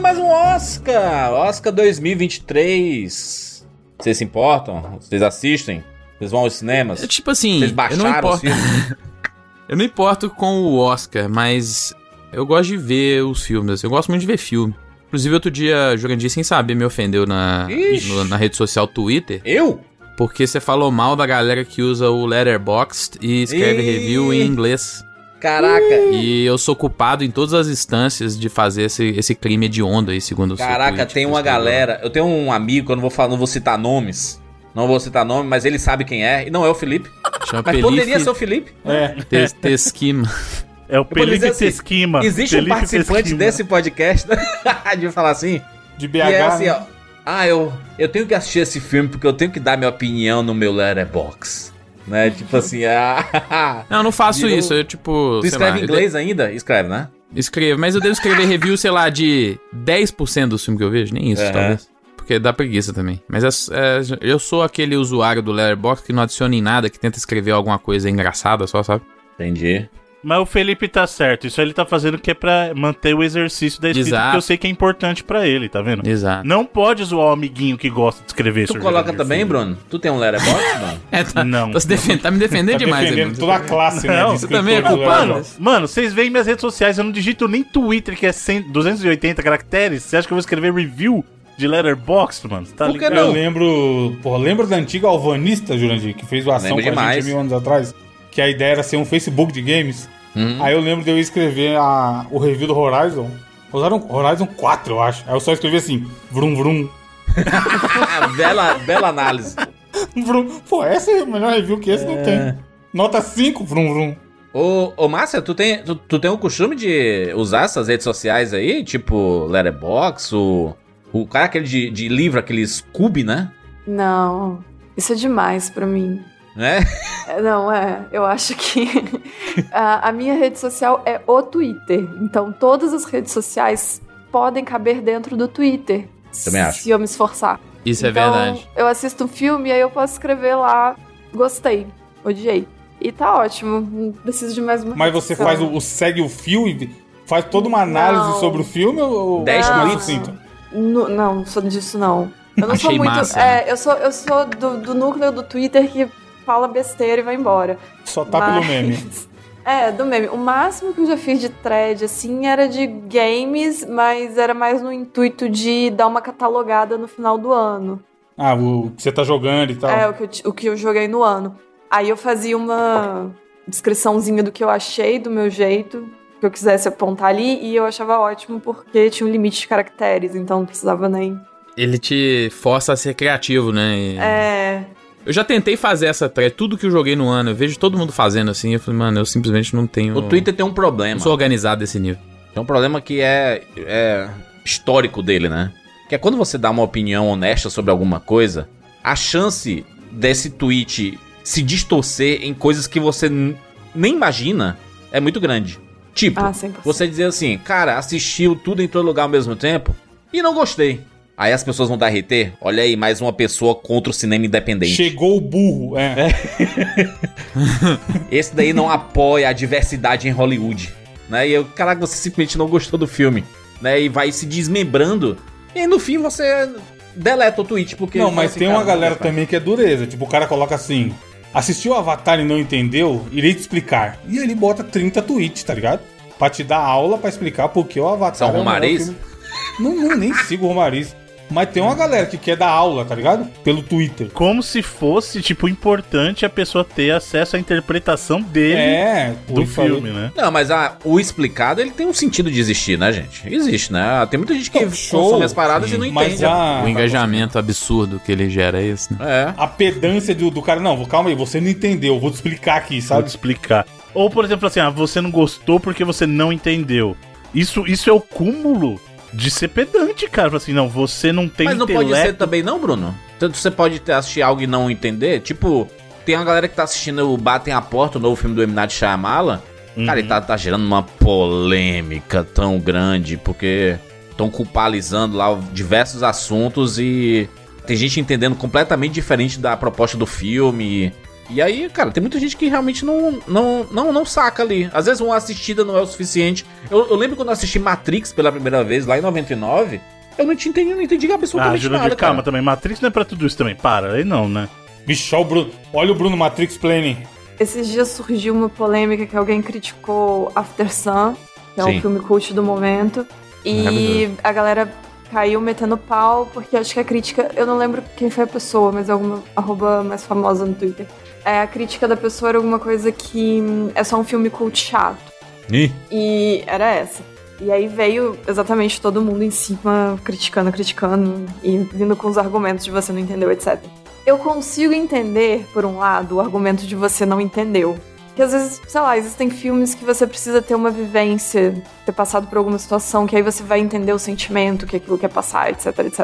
mais um Oscar! Oscar 2023. Vocês se importam? Vocês assistem? Vocês vão aos cinemas? É, tipo assim, Vocês eu não baixaram os importo, filmes? eu não importo com o Oscar, mas eu gosto de ver os filmes, assim, eu gosto muito de ver filme. Inclusive, outro dia, Jurandir, sem saber, me ofendeu na, Ixi. no- na rede social Twitter, Eu? porque você falou mal da galera que usa o Letterboxd e escreve Ih. review em inglês. Caraca! E eu sou culpado em todas as instâncias de fazer esse, esse crime hediondo aí, segundo o seu Caraca, tweet, tem uma escreveu. galera. Eu tenho um amigo, eu não vou falar, não vou citar nomes. Não vou citar nome, mas ele sabe quem é. E não é o Felipe. Chama Mas Pelife poderia ser o Felipe. É. Tes- Tesquima. É o posso dizer Felipe assim, Tesquima. Existe Felipe um participante Tesquima. desse podcast de falar assim. De BH. E é assim, né? ó. Ah, eu, eu tenho que assistir esse filme porque eu tenho que dar minha opinião no meu letterbox. Né? Tipo assim, ah. Não, eu não faço Virou- isso. Eu, tipo. tu sei escreve lá, em inglês ainda? Escreve, né? eu- Escrevo, mas eu devo escrever review, sei lá, de 10% do filme que eu vejo. Nem isso, Aham. talvez. Porque dá preguiça também. Mas é- é- eu sou aquele usuário do Letterboxd que não adiciona em nada, que tenta escrever alguma coisa engraçada só, sabe? Entendi. Mas o Felipe tá certo. Isso ele tá fazendo que é pra manter o exercício da escrita, Exato. que eu sei que é importante pra ele, tá vendo? Exato. Não pode zoar o amiguinho que gosta de escrever Tu Sr. coloca Jurandir também, Filho. Bruno? Tu tem um letterbox, Bruno? É, tá, Não. tá se defen- tá me defendendo Tá demais, defendendo Edmundo. toda a classe, né? Não, de você também é escritores do né? culpado. Mano, mano, vocês veem minhas redes sociais, eu não digito nem Twitter, que é 100, 280 caracteres. Você acha que eu vou escrever review de Letterboxd, mano? Você Tá Por que ligado? Eu Não. lembro, porra, lembra da antiga Alvanista, Jurandir, que fez o ação Lembro com a demais. gente há mil anos atrás? Que a ideia era ser um Facebook de games. Hum. Aí eu lembro de eu escrever a- o review do Horizon. Horizon, Horizon 4, eu acho. Aí eu só escrevi assim, vrum vrum. Ah, bela, bela análise. Vrum. Pô, essa é a melhor review que esse não tem. Nota 5, vrum vrum. É. Ô, ô Márcia, tu tem, tu, tu tem o costume de usar essas redes sociais aí? Tipo, Letterboxd, o, o cara aquele de, de livro, aquele Scooby, né? Não, isso é demais pra mim. Né? É, Não, é. Eu acho que a, a minha rede social é o Twitter. Então todas as redes sociais podem caber dentro do Twitter. Também acho. Se eu me esforçar. Isso é Então, verdade. Eu assisto um filme e aí eu posso escrever lá. Gostei, odiei. E tá ótimo. Não preciso de mais uma. Mas você redação. faz o, o- segue o fio e faz toda uma análise Não. sobre o filme ou... é um Dez ou- tweets? sucinta? Nu- não, sou disso não. Eu não sou Achei muito. massa, é, eu sou, eu sou do, do núcleo do Twitter que fala besteira e vai embora. Só tá pelo Mas- meme. É, do meme. O máximo que eu já fiz de thread, assim, era de games, mas era mais no intuito de dar uma catalogada no final do ano. Ah, o que você tá jogando e tal. É, o que, eu, ti- o que eu joguei no ano. Aí eu fazia uma descriçãozinha do que eu achei, do meu jeito, que eu quisesse apontar ali, e eu achava ótimo porque tinha um limite de caracteres, então não precisava nem. Ele te força a ser criativo, né? E- É. Eu já tentei fazer essa thread, tudo que eu joguei no ano, eu vejo todo mundo fazendo assim, eu falei, mano, eu simplesmente não tenho. O Twitter tem um Não problema. sou organizado desse nível. Tem um problema que é, é histórico dele, né? Que é quando você dá uma opinião honesta sobre alguma coisa, a chance desse tweet se distorcer em coisas que você n- nem imagina é muito grande. Tipo, Ah, 100%. você dizer assim, cara, assistiu tudo em todo lugar ao mesmo tempo e não gostei. Aí as pessoas vão dar RT. Olha aí, mais uma pessoa contra o cinema independente. Chegou o burro, é. Esse daí não apoia a diversidade em Hollywood. Né? E eu, caraca, você simplesmente não gostou do filme. Né? E vai se desmembrando. E aí, no fim você deleta o tweet. Porque Não, ele fala mas assim, tem cara, uma não galera vai. também que é dureza. Tipo, o cara coloca assim: assistiu Avatar e não entendeu? Irei te explicar. E aí ele bota 30 tweets, tá ligado? Pra te dar aula pra explicar por que o Avatar. São é o melhor Romariz? filme. Não, não, nem sigo o Romariz. Mas tem uma galera que quer dar aula, tá ligado? Pelo Twitter. Como se fosse, tipo, importante a pessoa ter acesso à interpretação dele É, por do isso aí. filme, né? Não, mas a- o explicado ele tem um sentido de existir, né, gente? Existe, né? Tem muita gente que Não, show, consome as paradas e não Mas entende. a, o engajamento absurdo que ele gera é esse, né? É. a pedância do, do cara, não, calma aí, você não entendeu, eu vou te explicar aqui, Vou sabe? te explicar. Ou, por exemplo, assim, ah, você não gostou porque você não entendeu. Isso, isso é o cúmulo de ser pedante, cara. Fala Assim, não, você não tem Mas não pode ser também, não, Bruno? Tanto você pode ter- assistir algo e não entender. Tipo, tem uma galera que tá assistindo o Batem a Porta, o novo filme do M. Night Shyamalan. Cara, Ah, ele tá, tá gerando uma polêmica tão grande, porque estão culpabilizando lá diversos assuntos e tem gente entendendo completamente diferente da proposta do filme. E aí, cara, tem muita gente que realmente não, não, não, não saca ali. Às vezes uma assistida não é o suficiente. Eu, eu lembro quando eu assisti Matrix pela primeira vez, lá em 99, eu não te entendi, não entendi Ah, absolutamente Jurandir, nada, calma cara. também. Matrix não é pra tudo isso também. Para, aí não, né? Bicho, olha o Bruno. Olha o Bruno Matrix Planning. Esses dias surgiu uma polêmica que alguém criticou After Sun, que é um Sim. filme cult do momento. E Maravilhoso. a galera caiu metendo pau, porque acho que a crítica. Eu não lembro quem foi a pessoa, mas é alguma arroba mais famosa no Twitter. É, a crítica da pessoa era alguma coisa que hum, é só um filme cult chato. Ih. E era essa. E aí veio exatamente todo mundo em cima, criticando, criticando, e vindo com os argumentos de você não entendeu, etc. Eu consigo entender, por um lado, o argumento de você não entendeu. Que às vezes, sei lá, existem filmes que você precisa ter uma vivência, ter passado por alguma situação, que aí você vai entender o sentimento, que aquilo quer passar, etc, etc.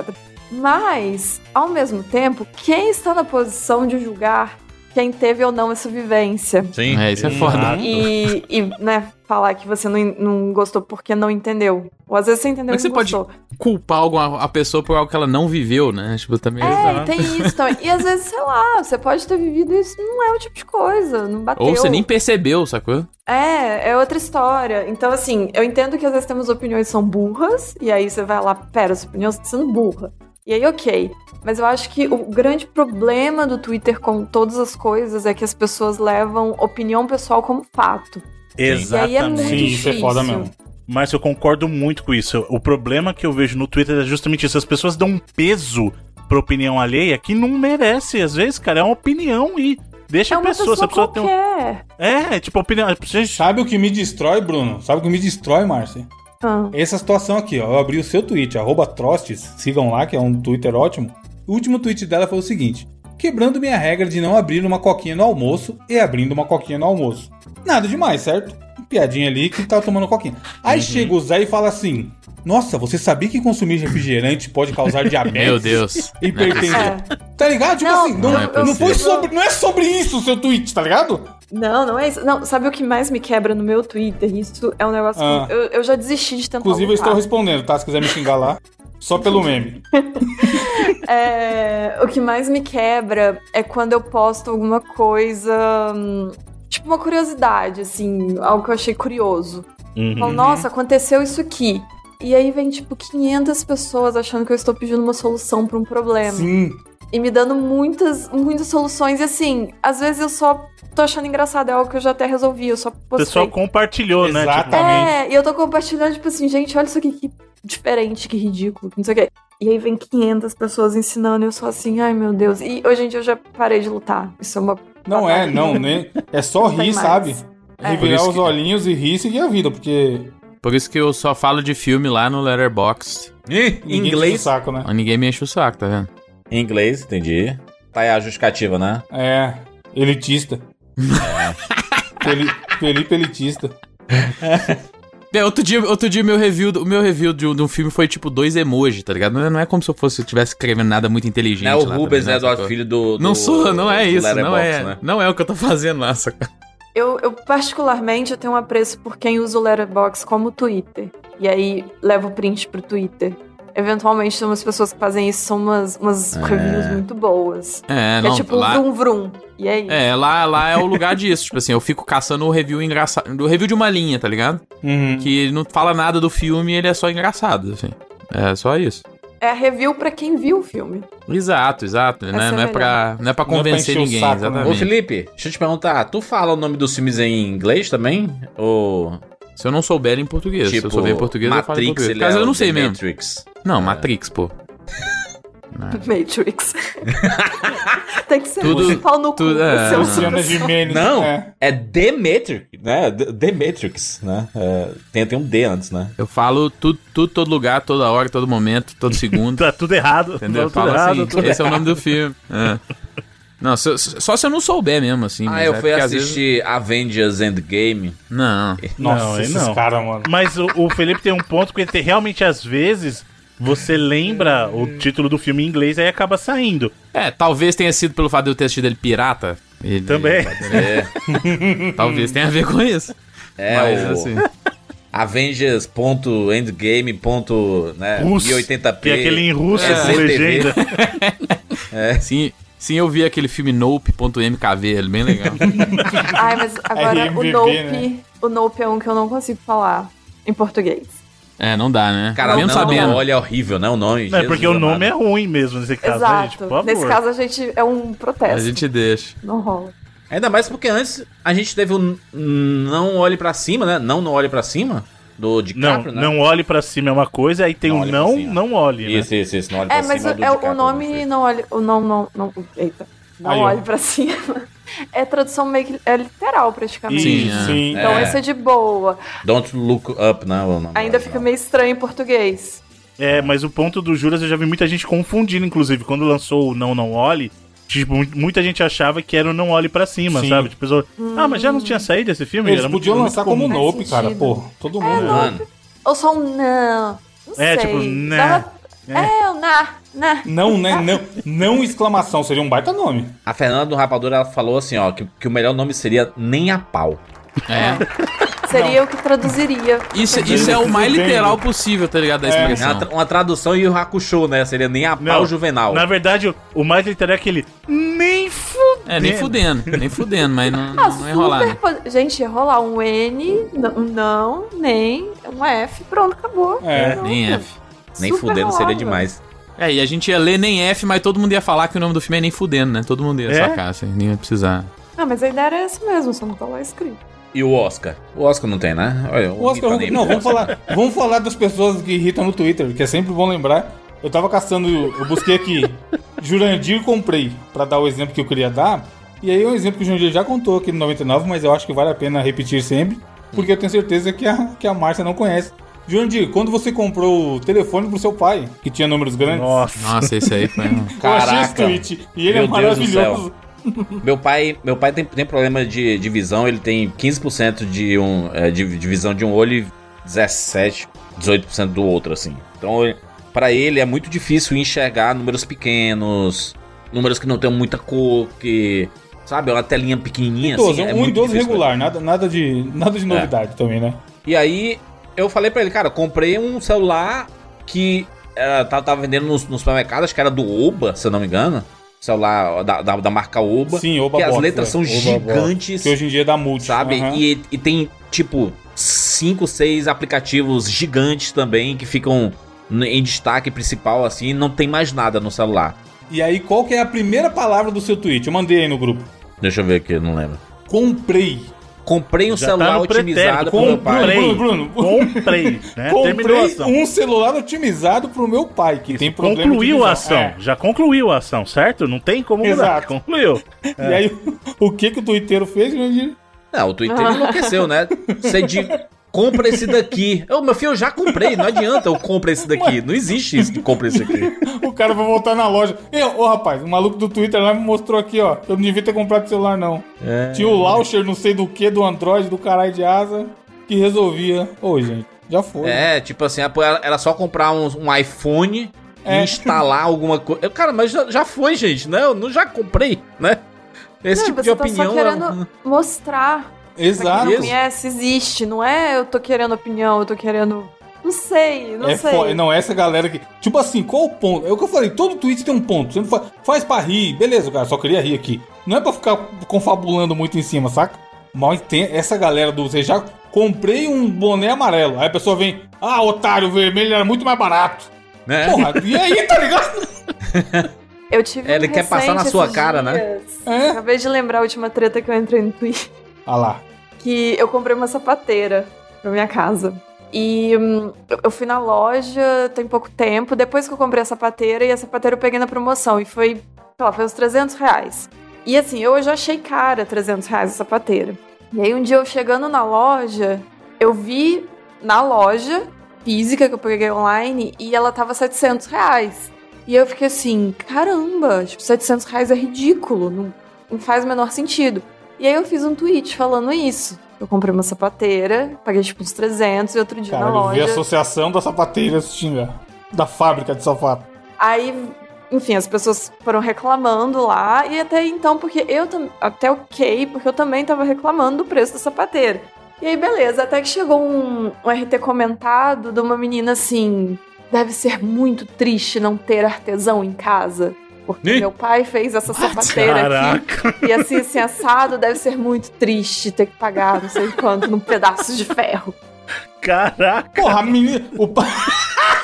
Mas, ao mesmo tempo, quem está na posição de julgar quem teve ou não essa vivência? Sim. É, isso é Hum, foda. ah. e, e, né, falar que você não, não gostou porque não entendeu. Ou às vezes você entendeu Mas você e não pode- gostou. Culpar alguma, a pessoa por algo que ela não viveu, né? Tipo, também. É, e tem isso também. E às vezes, sei lá, você pode ter vivido isso, não é o tipo de coisa, não bateu. Ou você nem percebeu, sacou? É, é outra história. Então, assim, eu entendo que às vezes temos opiniões que são burras, e aí você vai lá, pera, essa opinião está sendo burra. E aí, ok. Mas eu acho que o grande problema do Twitter com todas as coisas é que as pessoas levam opinião pessoal como fato. E aí é muito Sim, isso é difícil. foda mesmo. Mas eu concordo muito com isso. O problema que eu vejo no Twitter é justamente isso. As pessoas dão um peso pra opinião alheia que não merece. Às vezes, cara, é uma opinião e deixa É a uma pessoa. pessoa, Se a pessoa tem um... qualquer. É, tipo, opinião. Gente, Sabe o que me destrói, Bruno? Sabe o que me destrói, Márcio? Ah. Essa situação aqui, ó. Eu abri o seu tweet, arroba Trostes, sigam lá, que é um Twitter ótimo. O último tweet dela foi o seguinte: quebrando minha regra de não abrir uma coquinha no almoço e abrindo uma coquinha no almoço. Nada demais, certo? Um Piadinha ali que tá tomando coquinha. Aí chega o Zé e fala assim: Nossa, você sabia que consumir refrigerante pode causar É. diabetes? Meu Deus. Hipertensão. É. Tá ligado? Tipo Não, assim, não, não é não foi possível. sobre. Não é sobre isso o seu tweet, tá ligado? Não, não é isso. Não, sabe o que mais me quebra no meu Twitter? Isso é um negócio Ah. que eu, eu já desisti de tentar. Inclusive, eu lutar. estou respondendo, tá? Se quiser me xingar lá. Só pelo meme. É, o que mais me quebra é quando eu posto alguma coisa. hum, Tipo uma curiosidade, assim, algo que eu achei curioso. Eu Uhum. Falo, nossa, aconteceu isso aqui. E aí vem, tipo, 500 pessoas achando que eu estou pedindo uma solução pra um problema. Sim. E me dando muitas, muitas soluções. E assim, às vezes eu só tô achando engraçado, é algo que eu já até resolvi, eu só o postei. pessoal compartilhou, né? Exato. Tipo, É, e eu tô compartilhando, tipo assim, gente, olha isso aqui que diferente, que ridículo, que não sei o quê. E aí vem 500 pessoas ensinando, e eu sou assim, ai meu Deus. E hoje em dia eu já parei de lutar. Isso é uma. Não é, não, né? É só Não tem rir, mais. sabe? É. Por Revirar isso os que- olhinhos e rir e seguir a vida, porque Por isso que eu só falo de filme lá no Letterboxd. Ih, ninguém enche o inglês. saco, né? Ninguém me enche o saco, tá vendo? Em inglês, entendi. Tá aí a justificativa, né? É, elitista. Feli- Felipe elitista. É, outro dia, outro dia meu review, do- o meu review de um, de um filme foi tipo dois emojis, tá ligado? Não é, não é como se eu fosse eu tivesse escrevendo nada muito inteligente. Não é o lá Rubens, também, né, sacou? do filho do, do- Não sou, não é do isso, não Letterboxd, né? é, não é o que eu tô fazendo lá, sacou? Eu, eu, particularmente, eu tenho um apreço por quem usa o Letterboxd como Twitter. E aí leva o print pro Twitter. Eventualmente, tem umas pessoas que fazem isso, são umas, umas reviews muito boas. É, Que é, não, tipo lá, vrum vrum. E aí? é, lá, lá é o lugar disso, tipo assim, eu fico caçando o review engraçado, do review de uma linha, tá ligado? Uhum. Que ele não fala nada do filme, ele é só engraçado, assim. É só isso. É a review pra quem viu o filme. Exato, exato, né? Essa é Não é, melhor. pra, não é pra Não é pra convencer encher o ninguém, saco, né? Ô, exatamente. Felipe, deixa eu te perguntar. Tu fala o nome dos filmes em inglês também? Ou... tipo, Se eu não souber em português, se eu souber em português, eu falo em Matrix, português. ele é Caso eu o não The sei mesmo. Matrix. Não, Matrix, pô. Matrix. Tem que ser Tudo- um pau no tudo- cu. pra é, ser um Luciana super- Gimenez. Não, É. é, The Matrix, né? The The Matrix, né? É, tem, tem um D antes, né? Eu falo tudo, tudo, todo lugar, toda hora, todo momento, todo segundo. Tá tudo errado. entendeu? Eu Tá tudo falo errado. assim, tudo esse é o nome do filme. É. Não, só, só se eu não souber mesmo, assim. Ah, mas eu é fui porque às vezes- assistir Avengers Endgame. Não. Nossa, Não, aí esses não. caras, mano. Mas o, o Felipe tem um ponto que ele tem- realmente, às vezes, você lembra o título do filme em inglês e aí acaba saindo. É, talvez tenha sido pelo fato de eu ter assistido ele pirata. Ele- Também. É, Talvez tenha a ver com isso. é mas, o assim. Avengers.endgame. Né, Russo. 1080p. Que é aquele em russo É. com legenda. Sim. Sim, eu vi aquele filme Nope.mkv, ele é bem legal. Ai, mas agora o RMVB, Nope. né? O Nope é um que eu não consigo falar em português. é, não dá, né? Cara, não, Mesmo sabendo. não, olha, é horrível, né? O nome. Não, é porque o nome é ruim mesmo nesse caso, né, Exato. gente. Por favor. Nesse caso a gente é um protesto. a gente deixa. Não rola. é. Ainda mais porque antes a gente teve o N- Não Olhe Pra Cima, né? Não Não Olhe Pra Cima, do Não, DiCaprio, né? não olhe pra cima é uma coisa, aí tem Não o olhe pra não, cima. não olhe. Né? Isso, isso, isso. Não Olhe É, Pra mas Cima Tá o, do é, o DiCaprio, nome né? não olha. O não, não, não. Eita. Não Aí, ó. olhe pra cima. É tradução meio que. É literal, praticamente. Sim, Isso. é. Sim. Então É. esse é de boa. Don't Look Up, né? o nome Ainda do- fica meio estranho em português. É, mas o ponto do Juras eu já vi muita gente confundindo, inclusive, quando lançou o Não Não Olhe, tipo, mu- muita gente achava que era o Não Olhe Pra Cima, Sim. sabe? Tipo, pessoa, Hum. ah, mas já não tinha saído esse filme? Eles Era é muito- podiam muito lançar comum. como um Nope, Faz cara. sentido. É Pô, todo mundo. né? Mano, Ou só um não. Não É, sei. tipo, né. Dava- É, o na, na. Não, né? Não, não exclamação. Seria um baita nome. a Fernanda do Rapadura ela falou assim, ó, que, que o melhor nome seria Nem a Pau. É. Seria o que traduziria. Isso, isso é o mais literal possível, tá ligado? Da É uma, expressão. tra- uma tradução e o Hakusho, né? Seria Nem a Pau Não, é Juvenal. Na verdade, o- o mais literal é aquele nem fudendo. É, nem fudendo, nem fudendo, mas não, Ah, não, ia rolar, super né? po- Gente, ia rolar um N, n- um não, nem, um F, pronto, acabou. É. Pronto. Nem F. Nem Super fudendo seria rolava. demais. É, e a gente ia ler nem F, mas todo mundo ia falar que o nome do filme é nem fudendo, né? Todo mundo ia É? sacar, assim, nem ia precisar. Ah, mas a ideia era essa mesmo, só não tá lá escrito. E o Oscar? O Oscar não tem, né? Olha, O Oscar Gui tá Rubio. nem- Não, vamos falar, vamos falar das pessoas que irritam no Twitter, que é sempre bom lembrar. Eu tava caçando, eu busquei aqui Jurandir comprei, pra dar o exemplo que eu queria dar. E aí é um exemplo que o Jurandir já contou aqui no 99, mas eu acho que vale a pena repetir sempre, porque eu tenho certeza que a, que a Márcia não conhece. Jurandir, quando você comprou o telefone pro seu pai, que tinha números grandes, Nossa. Nossa, isso aí foi. um- eu achei esse Caraca. tweet. E ele é Meu Deus do céu. maravilhoso. Meu pai, meu pai tem, tem problema de, de visão, ele tem 15% de, um, é, de, de visão de um olho e 17, 18% do outro, assim. Então, ele- pra ele é muito difícil enxergar números pequenos, números que não tem muita cor, que. Sabe, é uma telinha pequenininha, Idoso, assim. é um muito idoso difícil É. pra regular, nada, nada, de, nada de novidade também, né? E aí eu falei pra ele, cara, eu comprei um celular que era, tava, tava vendendo no, no supermercado, acho que era do Oba, se eu não me engano. Celular da, da, da marca Oba. Sim, Oba que as Box, letras é. são Oba Box. gigantes, Que hoje em dia é da multi. sabe? aham. E, e tem, tipo, cinco, seis aplicativos gigantes também que ficam n- em destaque principal, assim, e não tem mais nada no celular. E aí, qual que é a primeira palavra do seu tweet? Eu mandei aí no grupo. Deixa eu ver aqui, eu não lembro. Comprei. Comprei um Já tá celular no otimizado pretérito, pro meu pai. Bruno, Comprei. Bruno, Bruno. Comprei, né? Terminou a Comprei ação. um celular otimizado pro meu pai, que tem problema concluiu de a visão. ação. Já concluiu a ação, certo? Não tem como mudar. Exato. Concluiu. É. E aí, o que que o Twitter fez, Jandir? Não, o Twitter enlouqueceu, né? Você de compra esse daqui. Eu, meu filho, eu já comprei, não adianta eu compro esse daqui. Não existe isso de compra esse daqui. O cara vai voltar na loja. Eu, ô rapaz, o maluco do Twitter lá me mostrou aqui, ó. Eu não devia ter comprado celular, não. É. É. Tinha o launcher, não sei do que, do Android, do caralho de asa, que resolvia. Ô, gente, já foi. É, tipo assim, pô, era era só comprar um, um iPhone e É. instalar alguma coisa. Cara, mas já, já foi, gente, né? Eu não já comprei, né? Esse Não, tipo você de tá opinião. só é- querendo mostrar pra Exato. quem não conhece, existe. Não é eu tô querendo opinião, eu tô querendo... Não sei, não é sei. fo- Não, essa galera que. Tipo assim, qual o ponto? É o que eu falei, todo tweet tem um ponto. Você não fa- faz pra rir, beleza, cara, só queria rir aqui. Não é pra ficar confabulando muito em cima, saca? Mas tem essa galera do. Você já comprei um boné amarelo. Aí a pessoa vem, ah, otário vermelho era muito mais barato. né? Porra, e aí, tá ligado? Eu tive É, Ele um quer passar na recente sua esses cara, né? dias. É. Acabei de lembrar a última treta que eu entrei no Twitter. Ah lá. que eu comprei uma sapateira pra minha casa. E hum, eu- eu fui na loja tem pouco tempo, depois que eu comprei a sapateira, e a sapateira eu peguei na promoção, e foi, sei lá, foi uns 300 reais. E assim, eu já achei cara 300 reais a sapateira. E aí um dia eu chegando na loja, eu vi na loja física que eu peguei online, e ela tava 700 reais. E eu fiquei assim, caramba, tipo, 700 reais é ridículo, não, não faz o menor sentido. E aí eu fiz um tweet falando isso. Eu comprei uma sapateira, paguei tipo uns 300 e outro dia Cara, na eu vi a loja. associação da sapateira xinga. Da fábrica de sapato. Aí, enfim, as pessoas foram reclamando lá e até então, porque eu tam- até ok, porque eu também tava reclamando do preço da sapateira. E aí, beleza, até que chegou um, um RT comentado de uma menina assim: deve ser muito triste não ter artesão em casa. Porque Ih! meu pai fez essa sapateira Caraca. aqui. E assim, assim, assado deve ser muito triste ter que pagar não sei quanto num pedaço de ferro. Caraca. Porra, a menina. O pai.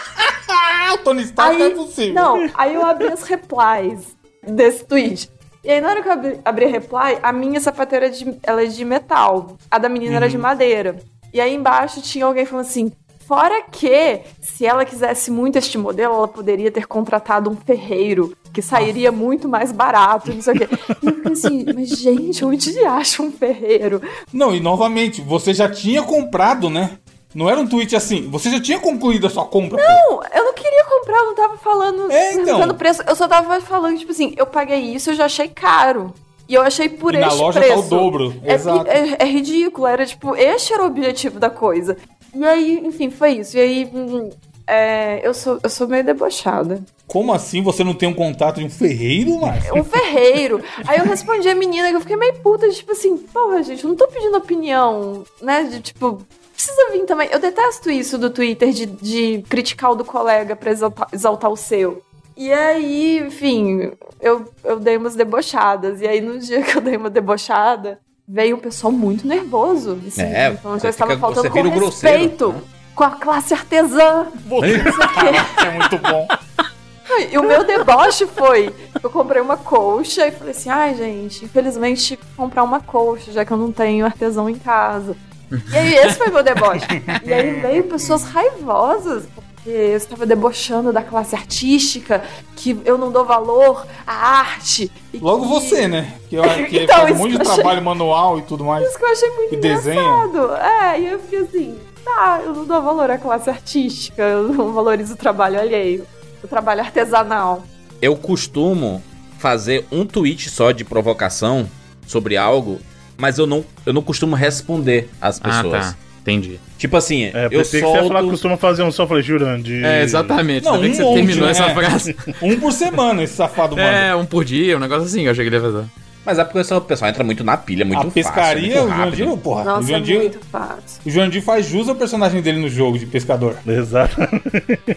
o Tony Stark Aí- não é possível. Não, aí eu abri as replies desse tweet. E aí, na hora que eu abri, abri a reply, a minha sapateira é de, ela é de metal. A da menina era de madeira. E aí embaixo tinha alguém falando assim. Fora que, se ela quisesse muito este modelo, ela poderia ter contratado um ferreiro, que sairia muito mais barato, não sei o quê. E eu fiquei assim, mas gente, onde acha um ferreiro? Não, e novamente, você já tinha comprado, né? Não era um tweet assim. Você já tinha concluído a sua compra. pô. Não, eu não queria comprar, eu não tava falando, É, então. perguntando preço. Eu só tava falando, tipo assim, eu paguei isso, eu já achei caro. E eu achei por E este na loja preço. tá o dobro. É, Exato. é- é ridículo, era tipo, este era o objetivo da coisa. E aí, enfim, foi isso. E aí, hum, é, eu, sou, eu sou meio debochada. Como assim você não tem um contato de um ferreiro, mais? Um ferreiro. aí eu respondi a menina que eu fiquei meio puta, de, tipo assim, porra, gente, eu não tô pedindo opinião, né? De tipo. Precisa vir também. Eu detesto isso do Twitter de, de criticar o do colega pra exaltar, exaltar o seu. E aí, enfim, eu, eu dei umas debochadas. E aí, no dia que eu dei uma debochada, veio um pessoal muito nervoso. assim, É, então você já estava fica- faltando você com vira um grosseiro, respeito com a classe artesã. Caraca, é muito bom. E o meu deboche foi: eu comprei uma colcha e falei assim, ai gente, infelizmente tive que comprar uma colcha, já que eu não tenho artesão em casa. E aí, esse foi meu deboche. E aí veio pessoas raivosas, porque eu estava debochando da classe artística, que eu não dou valor à arte. e Logo que- você, né? Que, eu- que Então, faz um isso monte de que eu achei. trabalho manual e tudo mais. Isso que eu achei muito E desenha. engraçado. É, e eu fiquei assim, tá, eu não dou valor à classe artística, eu não valorizo o trabalho alheio, o trabalho artesanal. Eu costumo fazer um tweet só de provocação sobre algo, mas eu não, eu não costumo responder às Ah, pessoas. tá. Entendi. Tipo assim, É, eu eu pensei que você ia falar que solto... costuma fazer um só, eu falei, Jurandir. É, exatamente. Não, Ainda bem um que você monte, terminou né? essa frase. Um por semana, esse safado manda. É, um por dia, um negócio assim, eu achei que ele ia fazer. Mas é porque o pessoal entra muito na pilha, é muito a pescaria, fácil, muito o rápido. Jandir, porra. o, Nossa, é Jandir, muito fácil. o Jandir faz jus ao personagem dele no jogo de pescador. Exato.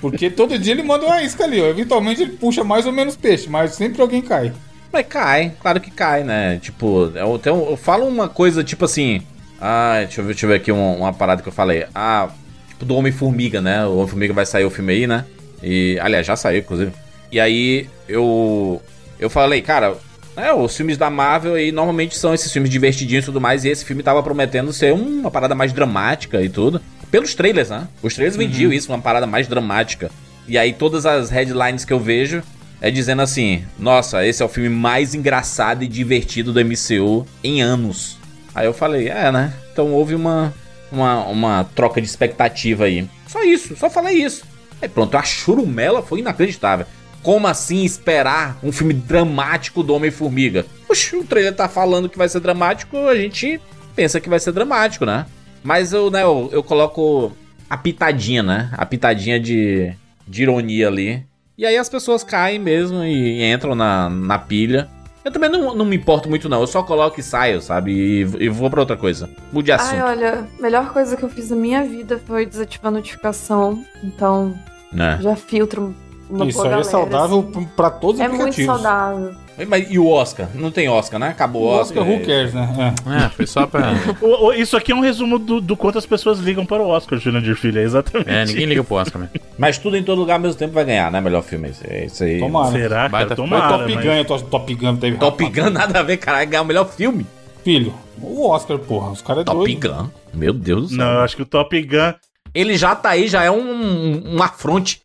Porque todo dia ele manda uma isca ali, ó. Eventualmente ele puxa mais ou menos peixe, mas sempre alguém cai. Mas cai, claro que cai, né? Tipo, eu, até- eu falo uma coisa tipo assim. Ah, deixa eu ver, deixa eu ver aqui uma, uma parada que eu falei. Ah, tipo do Homem-Formiga, né? O Homem-Formiga vai sair o filme aí, né? E, aliás, já saiu, inclusive. E aí eu. Eu falei, cara, é, os filmes da Marvel aí normalmente são esses filmes divertidinhos e tudo mais. E esse filme tava prometendo ser uma parada mais dramática e tudo. Pelos trailers, né? Os trailers vendiam isso, uma parada mais dramática. E aí todas as headlines que eu vejo é dizendo assim: Nossa, esse é o filme mais engraçado e divertido do MCU em anos. Aí eu falei: É, né? Então houve uma, uma, uma troca de expectativa aí. Só isso, só falei isso. Aí pronto, a churumela foi inacreditável. Como assim esperar um filme dramático do Homem-Formiga? Oxi, o trailer tá falando que vai ser dramático, a gente pensa que vai ser dramático, né? Mas eu, né, eu, eu coloco a pitadinha, né? A pitadinha de, de ironia ali. E aí as pessoas caem mesmo e entram na, na pilha. Eu também não, não me importo muito, não. Eu só coloco e saio, sabe? E, e vou pra outra coisa. Mude de Ai, assunto. olha, a melhor coisa que eu fiz na minha vida foi desativar a notificação. Então, né? já filtro uma Isso boa aí é galera, saudável pra pra todos os assim. É muito aplicativos. saudável. Mas, e o Oscar? Não tem Oscar, né? Acabou o Oscar. Oscar, who cares, né? É, foi só pra. O- o- isso aqui é um resumo do, do quanto as pessoas ligam para o Oscar, Jurandir Filho. É exatamente. É, ninguém liga pro Oscar, mesmo. Mas tudo em todo lugar ao mesmo tempo vai ganhar, né? Melhor filme. É isso aí. É. Tomara. Será, cara? Baita- Mas Tomara, Top né, mas- Gun, Top- Top Gun teve. Top Gun nada a ver, caralho. Ganhar o melhor filme. Filho, o Oscar, porra. Os caras é Top doido. Gun. Meu Deus do céu. Não, eu acho que o Top Gun... Ele já tá aí, já é um, um afronte.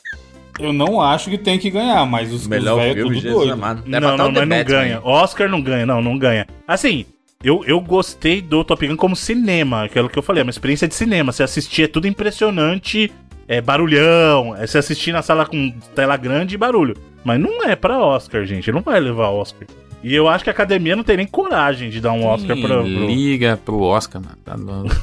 Eu não acho que tem que ganhar, mas os Melhor os velhos filme, tudo Jesus doido. amado. Era pra é tá Não, não, o The mas não Batman. ganha. Oscar não ganha, não, não ganha. Assim, eu, eu gostei do Top Gun como cinema, aquilo que eu falei, é uma experiência de cinema. Você assistir é tudo impressionante, é barulhão, é você assistir na sala com tela grande e barulho. Mas não é pra Oscar, gente, não vai levar Oscar. E eu acho que a academia não tem nem coragem de dar um Oscar Quem pra. pro... Liga pro Oscar, mano. Tá doido.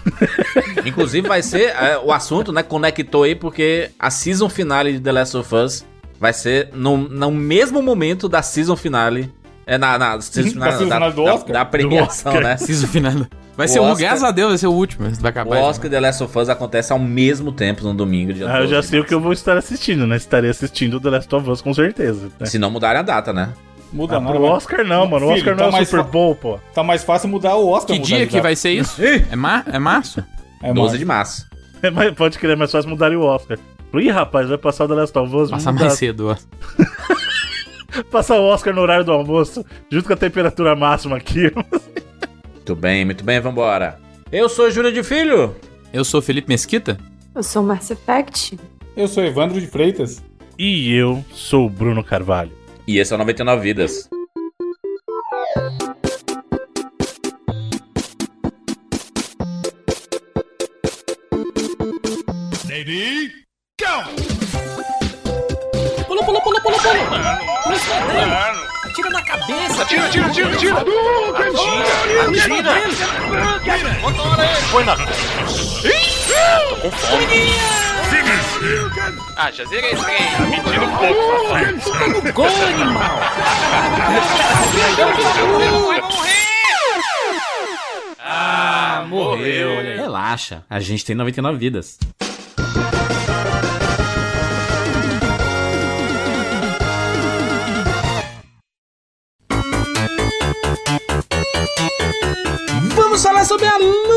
Inclusive vai ser é, o assunto, né? Conectou aí, porque a season finale de The Last of Us vai ser no, no mesmo momento da season finale. É na, na season Da season finale do Oscar? da premiação, Do Oscar. né? Preciso final. Vai O ser o Oscar- graças a Deus, vai ser o último. Vai O acabar. Oscar e The Last of Us acontece ao mesmo tempo no domingo. Dia Ah, eu 12. já sei o que eu vou estar assistindo, né? Estarei assistindo The Last of Us com certeza. Né? Se não mudarem a data, né? Muda Ah, nada. pro Oscar não, mano. O Filho, Oscar tá não é o mais Super fa- Bowl, pô. Tá mais fácil mudar o Oscar. Que dia que vai ser isso? É, mar... é março? É 12 12 de março. É, mas Pode crer, mas faz mudarem o Oscar. Ih, rapaz, vai passar o The Last of Us. Passar mudar- mais cedo. ó. Passar o Oscar no horário do almoço, junto com a temperatura máxima aqui. Muito bem, muito bem, vambora. Eu sou Júlia de Filho. Eu sou Felipe Mesquita. Eu sou Mass Effect. Eu sou Evandro de Freitas. E eu sou o Bruno Carvalho. E esse é o 99 Vidas. Pula, pula, pula, pula, pula! Pula esse quadril! Atira na cabeça! Atira, atira, atira, atira! Atira! Atira! Motora ele! Foi na... Tô com fome! Ah, já zerei esse game! Tá mentindo um pouco, papai! Puta no gol, animal! Vai morrer! Ah, morreu! Relaxa, a gente tem 99 vidas. Vamos falar sobre a Lura!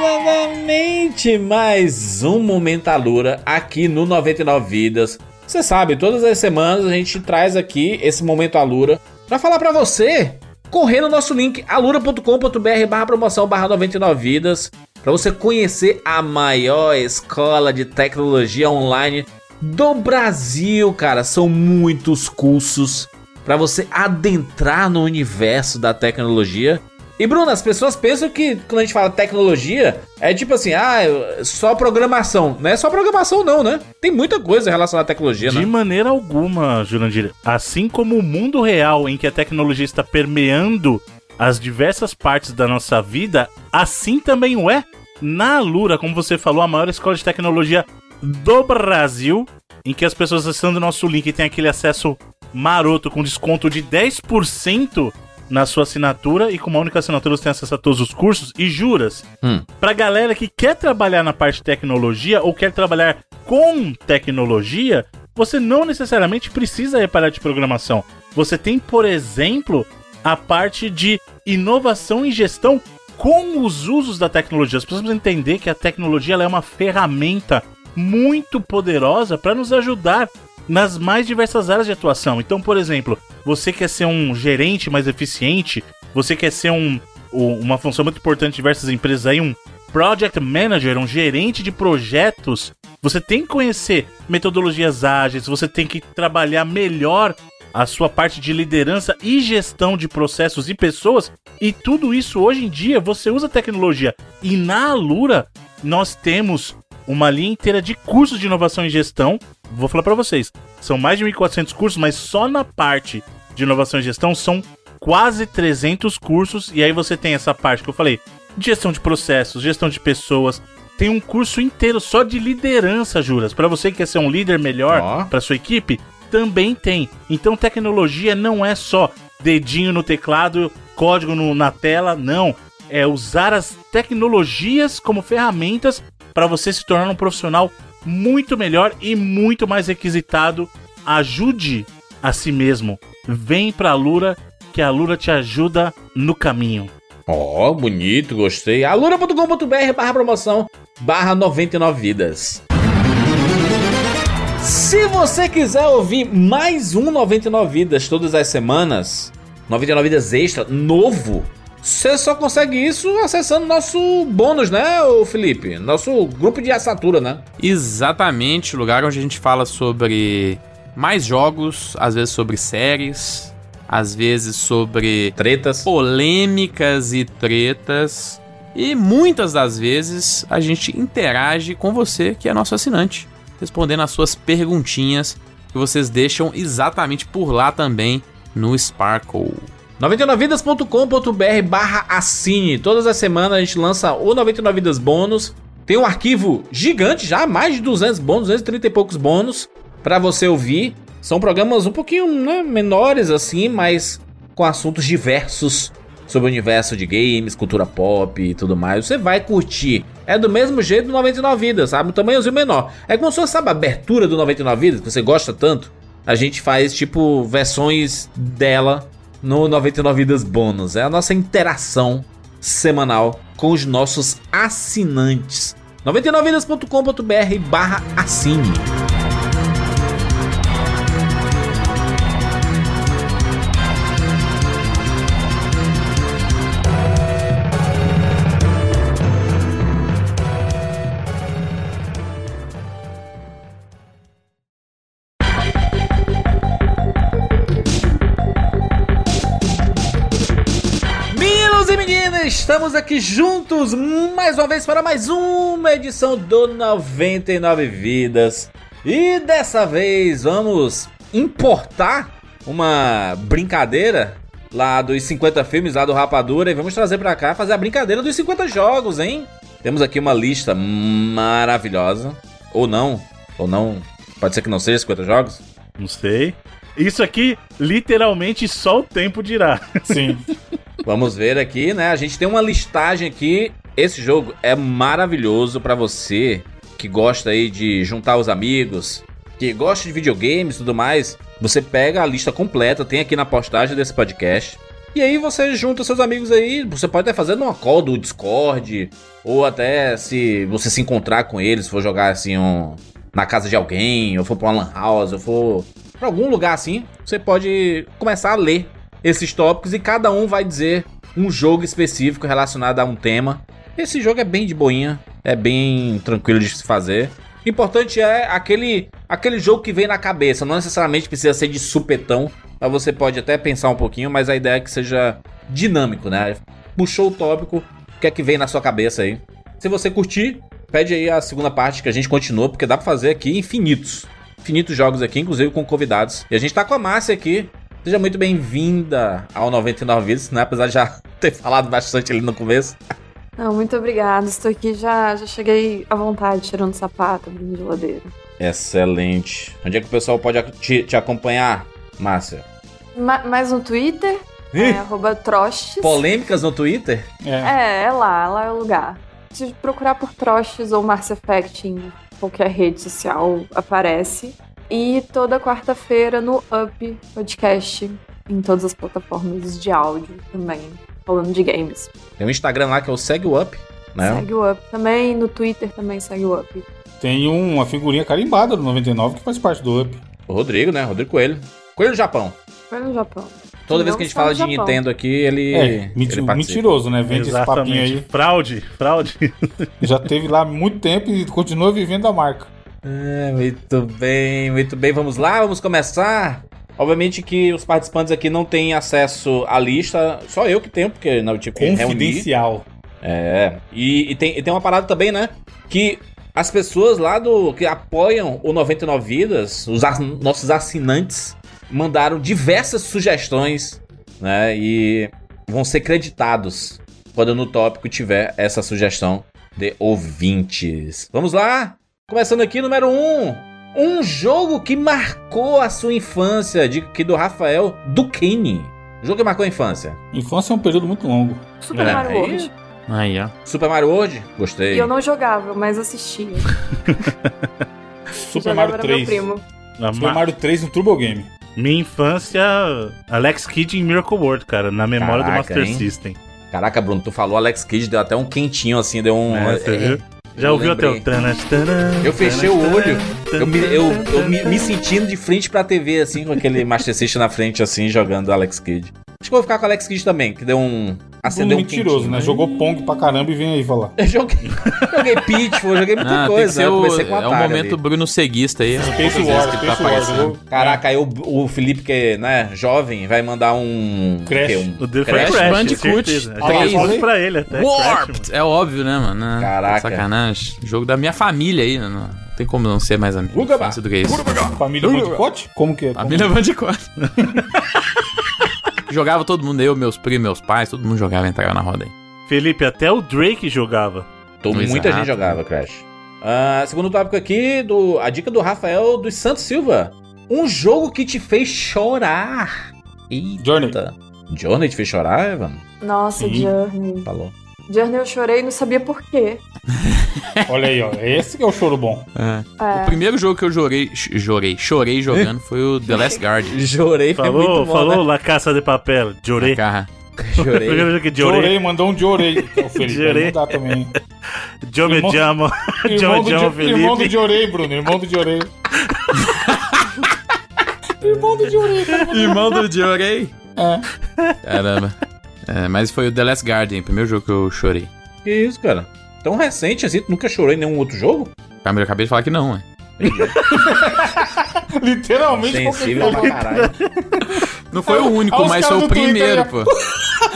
Novamente, mais um Momento à Lura aqui no 99 Vidas. Você sabe, todas as semanas a gente traz aqui esse Momento à Lura pra falar pra você correr no nosso link alura.com.br barra promoção barra 99 vidas para você conhecer a maior escola de tecnologia online do Brasil, cara. São muitos cursos para você adentrar no universo da tecnologia. E Bruno, as pessoas pensam que quando a gente fala tecnologia, é tipo assim, ah, eu- só programação. Não é só programação não, né? Tem muita coisa relacionada à tecnologia, De né? maneira alguma, Jurandir. Assim como o mundo real em que a tecnologia está permeando as diversas partes da nossa vida, assim também o é na Alura, como você falou, a maior escola de tecnologia do Brasil, em que as pessoas acessando o nosso link têm aquele acesso maroto com desconto de 10% na sua assinatura e com uma única assinatura você tem acesso a todos os cursos e juras. Hum. Pra galera que quer trabalhar na parte de tecnologia ou quer trabalhar com tecnologia, você não necessariamente precisa reparar de programação. Você tem, por exemplo, a parte de inovação e gestão com os usos da tecnologia. As pessoas precisam entender que a tecnologia ela é uma ferramenta muito poderosa para nos ajudar nas mais diversas áreas de atuação. Então, por exemplo, você quer ser um gerente mais eficiente, você quer ser um, um- uma função muito importante de diversas empresas aí, um project manager, um gerente de projetos, você tem que conhecer metodologias ágeis, você tem que trabalhar melhor a sua parte de liderança e gestão de processos e pessoas, e tudo isso hoje em dia você usa tecnologia. E na Alura nós temos uma linha inteira de cursos de inovação e gestão. Vou falar para vocês, são mais de 1400 cursos, mas só na parte de inovação e gestão são quase 300 cursos e aí você tem essa parte que eu falei, de gestão de processos, gestão de pessoas, tem um curso inteiro só de liderança, juras. Para você que quer ser um líder Ó. melhor para sua equipe, também tem. Então tecnologia não é só dedinho no teclado, código no- na tela, não. É usar as tecnologias como ferramentas para você se tornar um profissional muito melhor e muito mais requisitado. Ajude a si mesmo. Vem pra Lura, que a Lura te ajuda no caminho. Ó, bonito, gostei. alura.com.br barra promoção barra 99 vidas. Se você quiser ouvir mais um 99 vidas todas as semanas, 99 vidas extra, novo, você só consegue isso acessando nosso bônus, né, ô Felipe? Nosso grupo de assatura, né? Exatamente, o lugar onde a gente fala sobre mais jogos, às vezes sobre séries, às vezes sobre Tretas. polêmicas e tretas. E muitas das vezes a gente interage com você, que é nosso assinante, respondendo as suas perguntinhas que vocês deixam exatamente por lá também no Sparkle. 99vidas.com.br barra assine. Todas as semanas a gente lança o 99 Vidas Bônus. Tem um arquivo gigante já, mais de 200 bônus, 230 e poucos bônus pra você ouvir. São programas um pouquinho né, menores assim, mas com assuntos diversos sobre o universo de games, cultura pop e tudo mais. Você vai curtir. É do mesmo jeito do 99 Vidas, sabe? Um tamanhozinho menor. É como se fosse, sabe, a abertura do 99 Vidas, que você gosta tanto. A gente faz, tipo, versões dela no 99 Vidas Bônus. É a nossa interação semanal com os nossos assinantes. 99vidas.com.br barra assine. Meninos e meninas, estamos aqui juntos mais uma vez para mais uma edição do 99 Vidas. E dessa vez vamos importar uma brincadeira lá dos 50 filmes, lá do Rapadura, e vamos trazer para cá fazer a brincadeira dos 50 jogos, hein? Temos aqui uma lista maravilhosa. Ou não, ou não, pode ser que não seja 50 jogos. Não sei. Isso aqui, literalmente, só o tempo dirá. Sim. Vamos ver aqui, né? A gente tem uma listagem aqui. Esse jogo é maravilhoso pra você que gosta aí de juntar os amigos, que gosta de videogames e tudo mais. Você pega a lista completa, tem aqui na postagem desse podcast. E aí você junta seus amigos aí, você pode até fazer numa call do Discord, ou até se você se encontrar com eles, for jogar assim um, na casa de alguém, ou for pra uma lan house, ou for pra algum lugar assim, você pode começar a ler esses tópicos e cada um vai dizer um jogo específico relacionado a um tema. Esse jogo é bem de boinha, é bem tranquilo de se fazer. O importante é aquele, aquele jogo que vem na cabeça, não necessariamente precisa ser de supetão, mas você pode até pensar um pouquinho, mas a ideia é que seja dinâmico, né? Puxou o tópico, o que é que vem na sua cabeça aí? Se você curtir, pede aí a segunda parte que a gente continua, porque dá pra fazer aqui infinitos. Infinitos jogos aqui, inclusive com convidados. E a gente tá com a Márcia aqui, Seja muito bem-vinda ao 99 Vidas, né? Apesar de já ter falado bastante ali no começo. Não, muito obrigada. Estou aqui, já, já cheguei à vontade, tirando sapato, abrindo geladeira. Excelente. Onde é que o pessoal pode ac- te, te acompanhar, Márcia? Ma mais no Twitter, é, arroba Trostes. Polêmicas no Twitter? É. É, é lá, lá é o lugar. Se procurar por Trostes ou Mass Effect em qualquer rede social, aparece. E toda quarta-feira no Up Podcast, em todas as plataformas de áudio também, falando de games. Tem um Instagram lá que é o Segue o Up, né? Segue o Up também, no Twitter também segue o Up. Tem um, uma figurinha carimbada do 99 que faz parte do Up. O Rodrigo, né? Rodrigo Coelho. Coelho do Japão. Foi no Japão. Toda Não vez que a gente só no fala de Japão. Nintendo aqui, ele. É, menti- ele participa. mentiroso, né? Vende esse papinho Fraude, fraude. aí. Já teve lá há muito tempo e continua vivendo a marca. É, muito bem, muito bem. Vamos lá, vamos começar. Obviamente que os participantes aqui não têm acesso à lista, só eu que tenho, porque não tipo, tive que reunir. Confidencial. É. E, e tem, e tem uma parada também, né? Que as pessoas lá do que apoiam o 99 Vidas, os ass- nossos assinantes, mandaram diversas sugestões, né? E vão ser creditados quando no tópico tiver essa sugestão de ouvintes. Vamos lá? Começando aqui, número 1. Um, jogo que marcou a sua infância, de, que do Rafael Duquini. Jogo que marcou a infância. Infância é um período muito longo. Super É, Mario aí- World. Aí, ó. Super Mario World? Gostei. E eu não jogava, mas assistia. Super Jogava Mario era 3. Meu primo. A Super ma- Mario 3 no Turbo Game. Minha infância, Alex Kidd em Miracle World, cara, na memória Caraca, do Master hein? System. Caraca, Bruno, tu falou Alex Kidd, deu até um quentinho assim, deu um. É, você viu? Já eu ouviu até o... lembrei. Eu fechei o olho, Eu, me, eu, eu me, me sentindo de frente pra TV, assim, com aquele Master System na frente, assim, jogando Alex Kidd. Acho que vou ficar com Alex Kidd também, que deu um. Tudo Acendeu um mentiroso, né? Jogou Pong pra caramba e vem aí falar. Eu joguei, joguei Pitfall, joguei muita Ah, tem que coisa. ser né? Eu o, comecei com é um Atari momento ali. Bruno Seguista aí. Space Poucas War, vezes que ele tá Space War. aparecendo. jogou- Caraca, aí o, o Felipe, que é, né, jovem, vai mandar um. Crash. quê? Um- O dele foi Crash Crash, Crash Bandicoot certeza. três. Eu falei pra ele até. Crash, mano. Warped! É óbvio, né, mano? Ah, Caraca. Sacanagem. Jogo da minha família aí, né? Não tem como não ser mais amigo. Ugaba. infância do que é isso. Família Bandicoot? Como que é? Família Bandicoot. jogava todo mundo, eu, meus primos, meus pais, todo mundo jogava, entrava na roda aí. Felipe, até o Drake jogava. Então, Exato. muita gente né? jogava Crash. Ah, segundo tópico aqui, do, a dica do Rafael dos Santos Silva. Um jogo que te fez chorar. Eita. Journey. Journey te fez chorar, Evan? Nossa, Sim. Journey. Falou. Journey eu chorei e não sabia por quê. Olha aí, ó. Esse que é o choro bom. O primeiro jogo que eu chorei, ch- chorei, chorei jogando foi o The Last Guardian. Chorei, foi Falou, muito bom, né? falou La Caça de Papel. Jorei. Cara, Chorei. Primeiro jogo que Jorei. Jorei, mandou um Jorei. que é o Felipe. Jorei. Não dá também. Yo me Irmão- chamo. Yo Irmão me do, chamo Jo- irmão do Felipe. Jorei, Bruno. Irmão do Jorei. irmão do Jorei, cara. Irmão do Jorei. Caramba. É, mas foi o The Last Guardian, primeiro jogo que eu chorei. Que isso, cara? Tão recente assim, tu nunca chorou em nenhum outro jogo? Cara, Ah, mas eu acabei de falar que não, ué. Literalmente. Sensível pra caralho. Não foi o único, Olha É os mas foi caras o do Twitter primeiro, né? aí,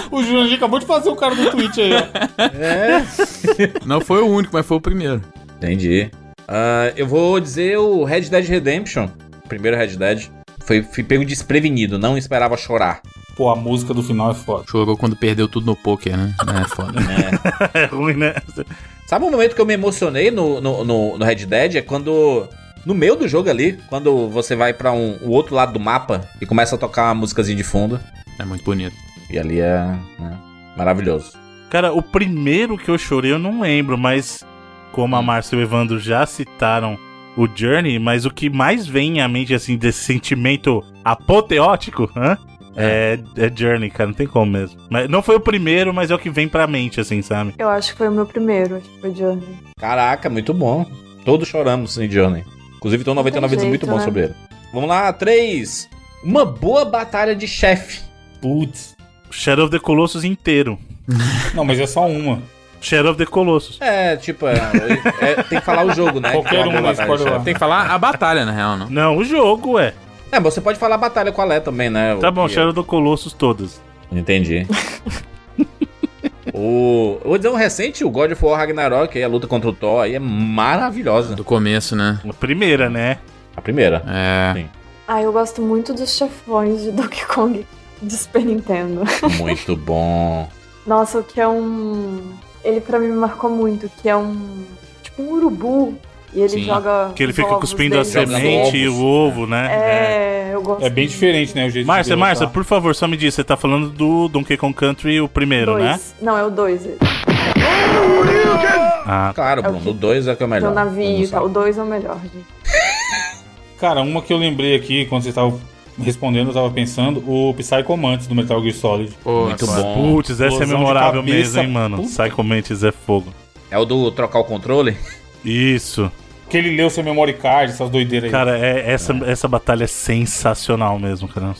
pô. O Jurandir acabou de fazer o cara do tweet aí, ó. É. Não foi o único, mas foi o primeiro. Entendi. Ah, eu vou dizer o Red Dead Redemption. Primeiro Red Dead. Foi, fui pego desprevenido, não esperava chorar. Pô, a música do final é foda. Chorou quando perdeu tudo no poker, né? É foda. É ruim, né? Sabe o momento que eu me emocionei no, no, no, no Red Dead? É quando. No meio do jogo ali, quando você vai pra um, o outro lado do mapa e começa a tocar uma músicazinha de fundo. É muito bonito. E ali é. né, maravilhoso. Cara, o primeiro que eu chorei eu não lembro, mas como a Márcia e o Evandro já citaram o Journey, mas o que mais vem à mente, assim, desse sentimento apoteótico, hã? É, é Journey, cara, não tem como mesmo. Mas não foi o primeiro, mas é o que vem pra mente, assim, sabe? Eu acho que foi o meu primeiro, acho que foi Journey. Caraca, muito bom. Todos choramos em Johnny. Inclusive, tem um Não tem 99 vezes muito jeito, bom né? sobre ele. Vamos lá, 3. Uma boa batalha de chefe. Putz. Shadow of the Colossus inteiro. Não, mas é só uma. Shadow of the Colossus. É, tipo, é, é, tem que falar o jogo, né? Qualquer Que é uma boa um deles batalha de pode chefe. lá. Tem que falar a batalha, na real, não. Não, o jogo, ué. É, mas você pode falar batalha qual é também, né? Tá O bom, que- Shadow of the Colossus todas. Entendi. o, eu vou dizer um recente, o God of War Ragnarok, aí a luta contra o Thor, aí é maravilhosa. Do começo, né? A primeira, né? A primeira. É. Ah, eu gosto muito dos chefões de Donkey Kong de Super Nintendo. Muito bom. Nossa, o que é um. Ele pra mim me marcou muito, que é um. Tipo um urubu. E ele Sim. joga. Que ele os fica ovos cuspindo a dele. né? Jogando semente e o ovos. ovo, né? É, eu gosto. É bem diferente, né? O jeito de Márcia, derrotar. Márcia, por favor, só me diz, você tá falando do Donkey Kong Country, o primeiro, né? dois. Não, é o dois. Ah, Claro, É o Bruno, que- o 2 é que é o É melhor. o navio e Todo tal. O mundo dois é o melhor, gente. Cara, uma que eu lembrei aqui, quando vocês estavam respondendo, eu tava pensando, o Psycho Mantis do Metal Gear Solid. Pô, Muito agora- bom. Putz, essa é Explosão de memorável cabeça, mesmo, hein, mano? puta. Psycho Mantis é fogo. sabe. É o do trocar o controle? Isso. Que ele leu seu memory card, essas doideiras aí. Cara, é- essa, essa batalha é sensacional mesmo, cara.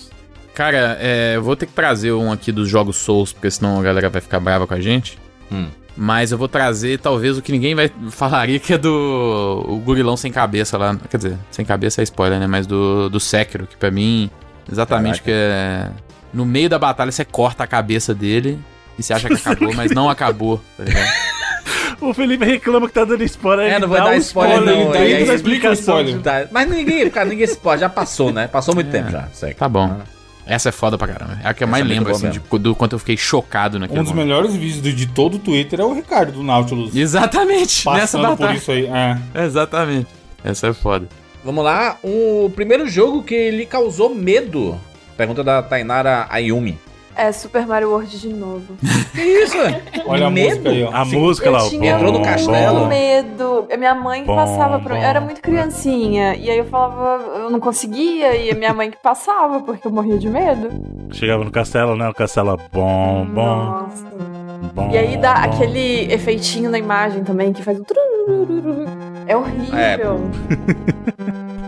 Cara, é, eu vou ter que trazer um aqui dos jogos Souls, porque senão a galera vai ficar brava com a gente. Hum. Mas eu vou trazer talvez o que ninguém vai falaria, que é do o gorilão sem cabeça lá. Quer dizer, sem cabeça é spoiler, né? Mas do, do Sekiro, que pra mim, exatamente Caraca. que é. No meio da batalha você corta a cabeça dele e você acha que acabou, mas não acabou, tá ligado? O Felipe reclama que tá dando spoiler. É, ele não vai dá dar um spoiler, não, dentro aí- aí da explica o explicação. spoiler. Tá, Mas ninguém, cara, ninguém se pode. Já passou, né? Passou muito É. tempo já. Segue. Tá bom. Essa é foda pra caramba. É a que Ah. Essa eu mais é muito lembro, boa assim, de, do quanto eu fiquei chocado naquele Um dos momento. melhores vídeos do- de todo o Twitter é o Ricardo do Nautilus. Exatamente, nessa Passando por batalha. isso aí. É. Exatamente. Essa é foda. Vamos lá. O primeiro jogo que lhe causou medo. Pergunta da Tainara Ayumi. É Super Mario World de novo. Que isso? Olha a música aí, ó. A música lá, eu ó. tinha Entrou no muito castelo. medo. A Minha mãe que Bom, passava pra mim. Eu era bom. muito criancinha. E aí eu falava, eu não conseguia. E a minha mãe que passava, porque eu morria de medo. Chegava no castelo, né? O castelo, ó, bom, bom, Nossa. bom. Hum, E aí dá bom. aquele efeitinho na imagem também, que faz um... trururururu. É horrível.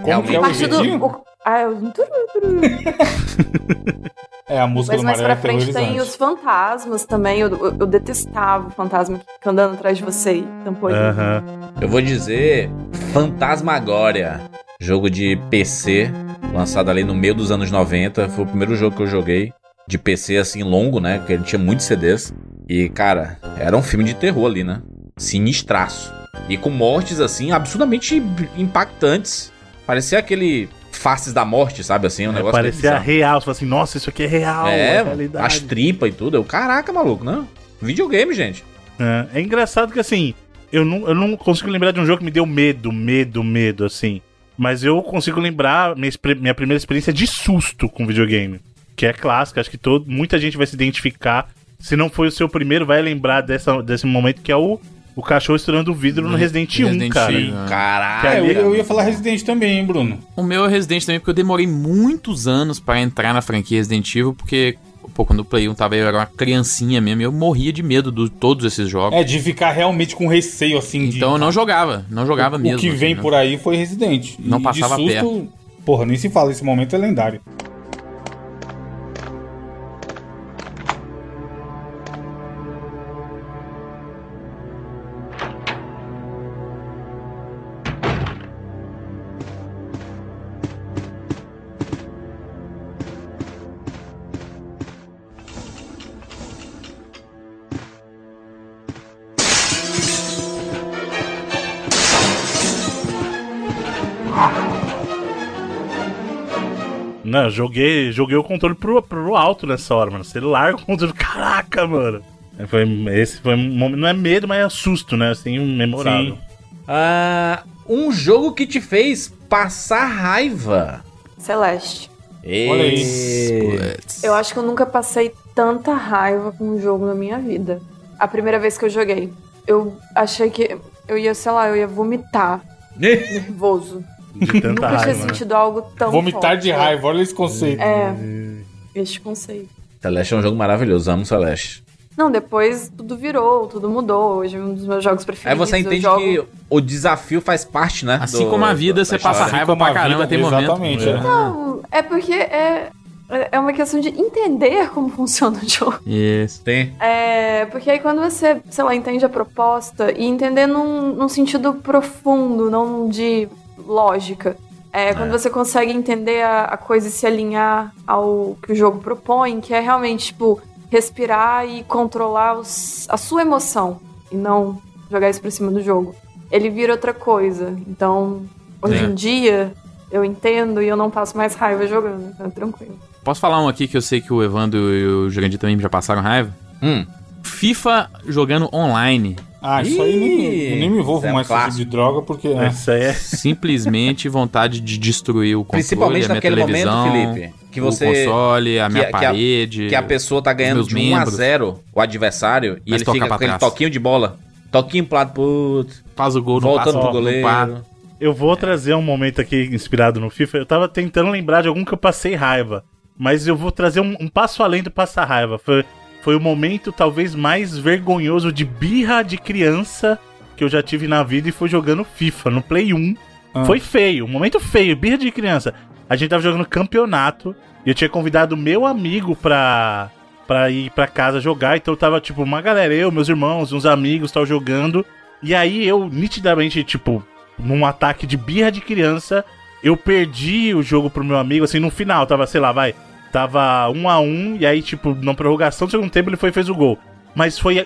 É, Como que é o Parte jeitinho? do... o- Ah, é um turururu. É, a música Mas do mais Mario pra é frente tem terrorizante. os fantasmas também. Eu, eu- eu detestava o fantasma que fica andando atrás de você e tampou ele. Aham. Eu vou dizer Fantasmagória. Jogo de PC, lançado ali no meio dos anos 90. Foi o primeiro jogo que eu joguei de PC, assim, longo, né? Porque ele tinha muitos CDs. E, cara, era um filme de terror ali, né? Sinistraço. E com mortes, assim, absurdamente impactantes. Parecia aquele Faces da Morte, sabe? Assim, um negócio meio É, Parecia bizarro. real, você fala assim, nossa, isso aqui é real, é, É, realidade. as tripas e tudo. Eu, caraca, maluco, né? Videogame, gente. É, é engraçado que assim, eu não, eu não consigo lembrar de um jogo que me deu medo, medo, medo, assim. Mas eu consigo lembrar minha, expre- minha primeira experiência de susto com videogame. que é clássica, acho que todo, muita gente vai se identificar. Se não foi o seu primeiro, vai lembrar dessa, desse momento que é o, o cachorro estourando o vidro no Resident Evil, Resident cara. Evil. Caralho. É, eu, ali, eu ia falar Resident também, hein, Bruno? O meu é Resident também, porque eu demorei muitos anos pra entrar na franquia Resident Evil, porque, pô, quando o Play 1 tava aí, eu era uma criancinha mesmo, e eu morria de medo de todos esses jogos. É, de ficar realmente com receio, assim, de... então eu não jogava, não jogava o, mesmo. O que vem assim, né? por aí foi Resident. Não passava de susto, Porra, nem se fala, esse momento é lendário. Não, eu joguei, joguei o controle pro, pro alto nessa hora, mano. Você larga o controle. Caraca, mano. É, Foi, esse foi um momento. Não é medo, mas é susto, né? Assim, um memorável. Sim. Ah, um jogo que te fez passar raiva. Celeste. Olha aí. Ei. Eu acho que eu nunca passei tanta raiva com um jogo na minha vida. A primeira vez que eu joguei, eu achei que eu ia, sei lá, eu ia vomitar, nervoso. De tanta Nunca tinha raiva. né? sentido algo tão Vomitar forte. de raiva, olha esse conceito. É, este conceito. Celeste é um jogo maravilhoso, amo Celeste. Não, depois tudo virou, tudo mudou. Hoje é um dos meus jogos Aí preferidos. você Eu entende jogo- que o desafio faz parte, né? Assim do- como a vida, da você história. passa Assim raiva como pra a vida, caramba, tem momento. exatamente, É. é. Não, é porque é, é uma questão de entender como funciona o jogo. Isso. Tem. É, porque aí quando você, sei lá, entende a proposta e entender num, num sentido profundo, não de lógica. É, quando você consegue entender a, a coisa e se alinhar ao que o jogo propõe, que é realmente, tipo, respirar e controlar os- a sua emoção e não jogar isso pra cima do jogo. Ele vira outra coisa. Então, hoje É. em dia, eu entendo e eu não passo mais raiva jogando, tá tranquilo. Posso falar um aqui que eu sei que o Evandro e o Jurandir também já passaram raiva? É. Hum. FIFA jogando online. Ah, isso aí nem, Ih, eu nem me envolvo isso é um mais com esse tipo clássico. de droga, porque... né? Isso aí é. Simplesmente vontade de destruir o controle, Principalmente a minha naquele momento, televisão, Felipe, que você. o console, a que- minha que a- parede. Que a pessoa tá ganhando meus de 1 a membros. 0 o adversário e Mas ele toca fica com pra aquele trás. toquinho de bola. Toquinho pro lado, puto, Faz o gol, não passa, voltando pro não para. goleiro. Eu vou trazer um momento aqui inspirado no FIFA. Eu tava tentando lembrar de algum que eu passei raiva. Mas eu vou trazer um, um passo além do passar raiva. Foi, foi o momento talvez mais vergonhoso de birra de criança que eu já tive na vida e foi jogando FIFA no Play 1. Ah. Foi feio, um momento feio, birra de criança. A gente tava jogando campeonato e eu tinha convidado meu amigo pra, pra ir pra casa jogar. Então tava, tipo, uma galera, eu, meus irmãos, uns amigos, tal, jogando. E aí eu, nitidamente, tipo, num ataque de birra de criança, eu perdi o jogo pro meu amigo, assim, no final, tava, sei lá, vai, tava um a um, e aí, tipo, na prorrogação do segundo tempo, ele foi e fez o gol. Mas foi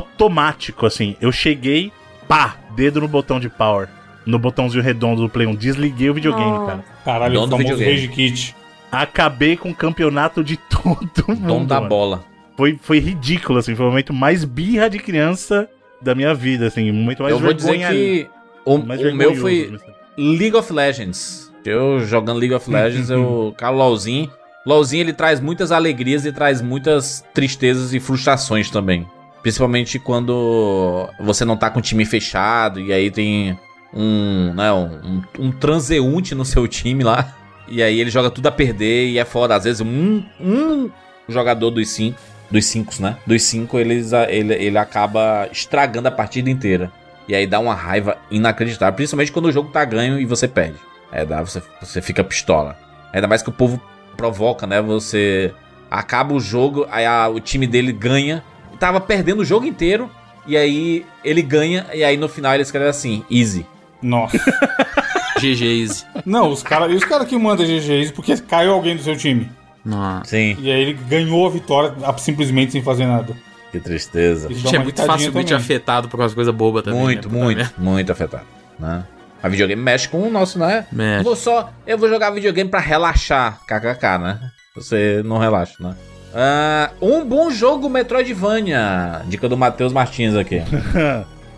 automático, assim, eu cheguei, pá, dedo no botão de power, no botãozinho redondo do Play 1, desliguei o videogame, Nossa. cara. Caralho, Dono o do famoso videogame. Rage Kit. Acabei com o campeonato de todo Hum. mundo, Dom da mano. bola. Foi, foi ridículo, assim, foi o momento mais birra de criança da minha vida, assim, o momento mais eu vou dizer vergonha... que o, mais o meu vergonhoso, foi assim. League of Legends. Eu jogando League of Legends, eu calo LOLzinho. LOLzinho ele traz muitas alegrias e traz muitas tristezas e frustrações também. Principalmente quando você não tá com o time fechado e aí tem um, né, um, um- um transeunte no seu time lá. E aí ele joga tudo a perder e é foda. Às vezes um, um jogador dos cinco, dos cinco, né? Dos cinco eles, a- ele, ele acaba estragando a partida inteira. E aí dá uma raiva inacreditável, principalmente quando o jogo tá ganho e você perde. É, dá, você, você fica pistola. Ainda mais que o povo provoca, né? Você acaba o jogo, aí a- o time dele ganha. Tava perdendo o jogo inteiro, e aí ele ganha, e aí no final ele escreve assim, easy. Nossa. GG Easy. Não, os caras os cara que mandam GGs porque caiu alguém do seu time. Nossa. Sim. E aí ele ganhou a vitória ah, simplesmente sem fazer nada. Que tristeza. Isso A dá gente é uma muito irritadinha facilmente também. afetado por umas coisas bobas também. muito, né? muito, muito afetado, né? A videogame mexe com o nosso, né? É. Mexe. Vou só, eu vou jogar videogame pra relaxar, kkk, né? Você não relaxa, né? Ah, um bom jogo Metroidvania, dica do Matheus Martins aqui.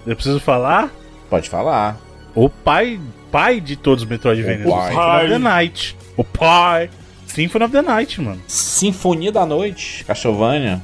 Eu preciso falar? Pode falar. O pai, pai de todos os O Metroidvanias. pai. Symphony of The Night. O pai. Symphony of the Night, mano. Sinfonia da Noite, Castlevania.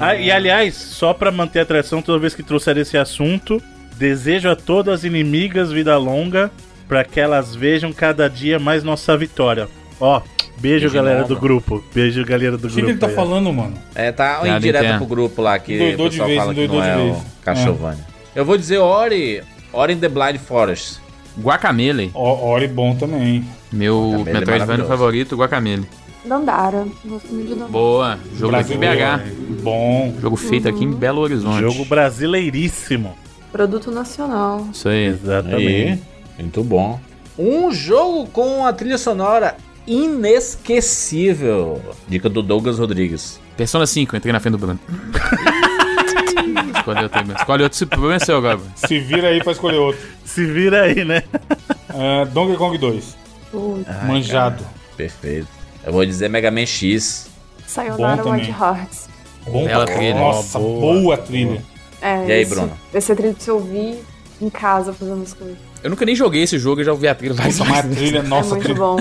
Ah, e aliás, só pra manter a atração, toda vez que trouxer esse assunto, desejo a todas as inimigas vida longa, pra que elas vejam cada dia mais nossa vitória. Ó, beijo, Beijo galera longa. do grupo. Beijo, galera do O que, que grupo. ele tá aí, ó. falando, mano? É, tá Nada em direto entendo. pro grupo lá que Doidou o pessoal de vez, fala que doidou não de é vez. É. o Castlevania. Eu vou dizer Ori, Ori in the Blind Forest. Guacamele. Ó, Ori bom também. Meu Guacamele é Metroidvania maravilhoso. favorito, Guacamele. Dandara. Gosto muito de Dandara. Boa. Jogo aqui em BH. BH. Bom. Jogo feito aqui em Belo Horizonte. Jogo brasileiríssimo. Produto nacional. Isso aí. Exatamente. muito bom. Um jogo com a trilha sonora inesquecível. Dica do Douglas Rodrigues. Persona 5, entrei na frente do Bruno. Escolhe outro, Bruno. Escolhe outro. Se problema é seu, Gabi. Se vira aí pra escolher outro. Se vira aí, né? É, Donkey Kong 2. Putz, Manjado. Perfeito. Eu vou dizer Mega Man X. Sayonara Bom Wild também. Hearts. Bom Bela pra- trilha. Nossa, Ó, boa. boa, trilha. É, E aí, esse- Bruno? Esse é trilho que eu ouvi em casa fazendo as coisas. Eu nunca nem joguei esse jogo, eu já ouvi a trilha várias Uma vezes. trilha, é nossa, muito tem, bom.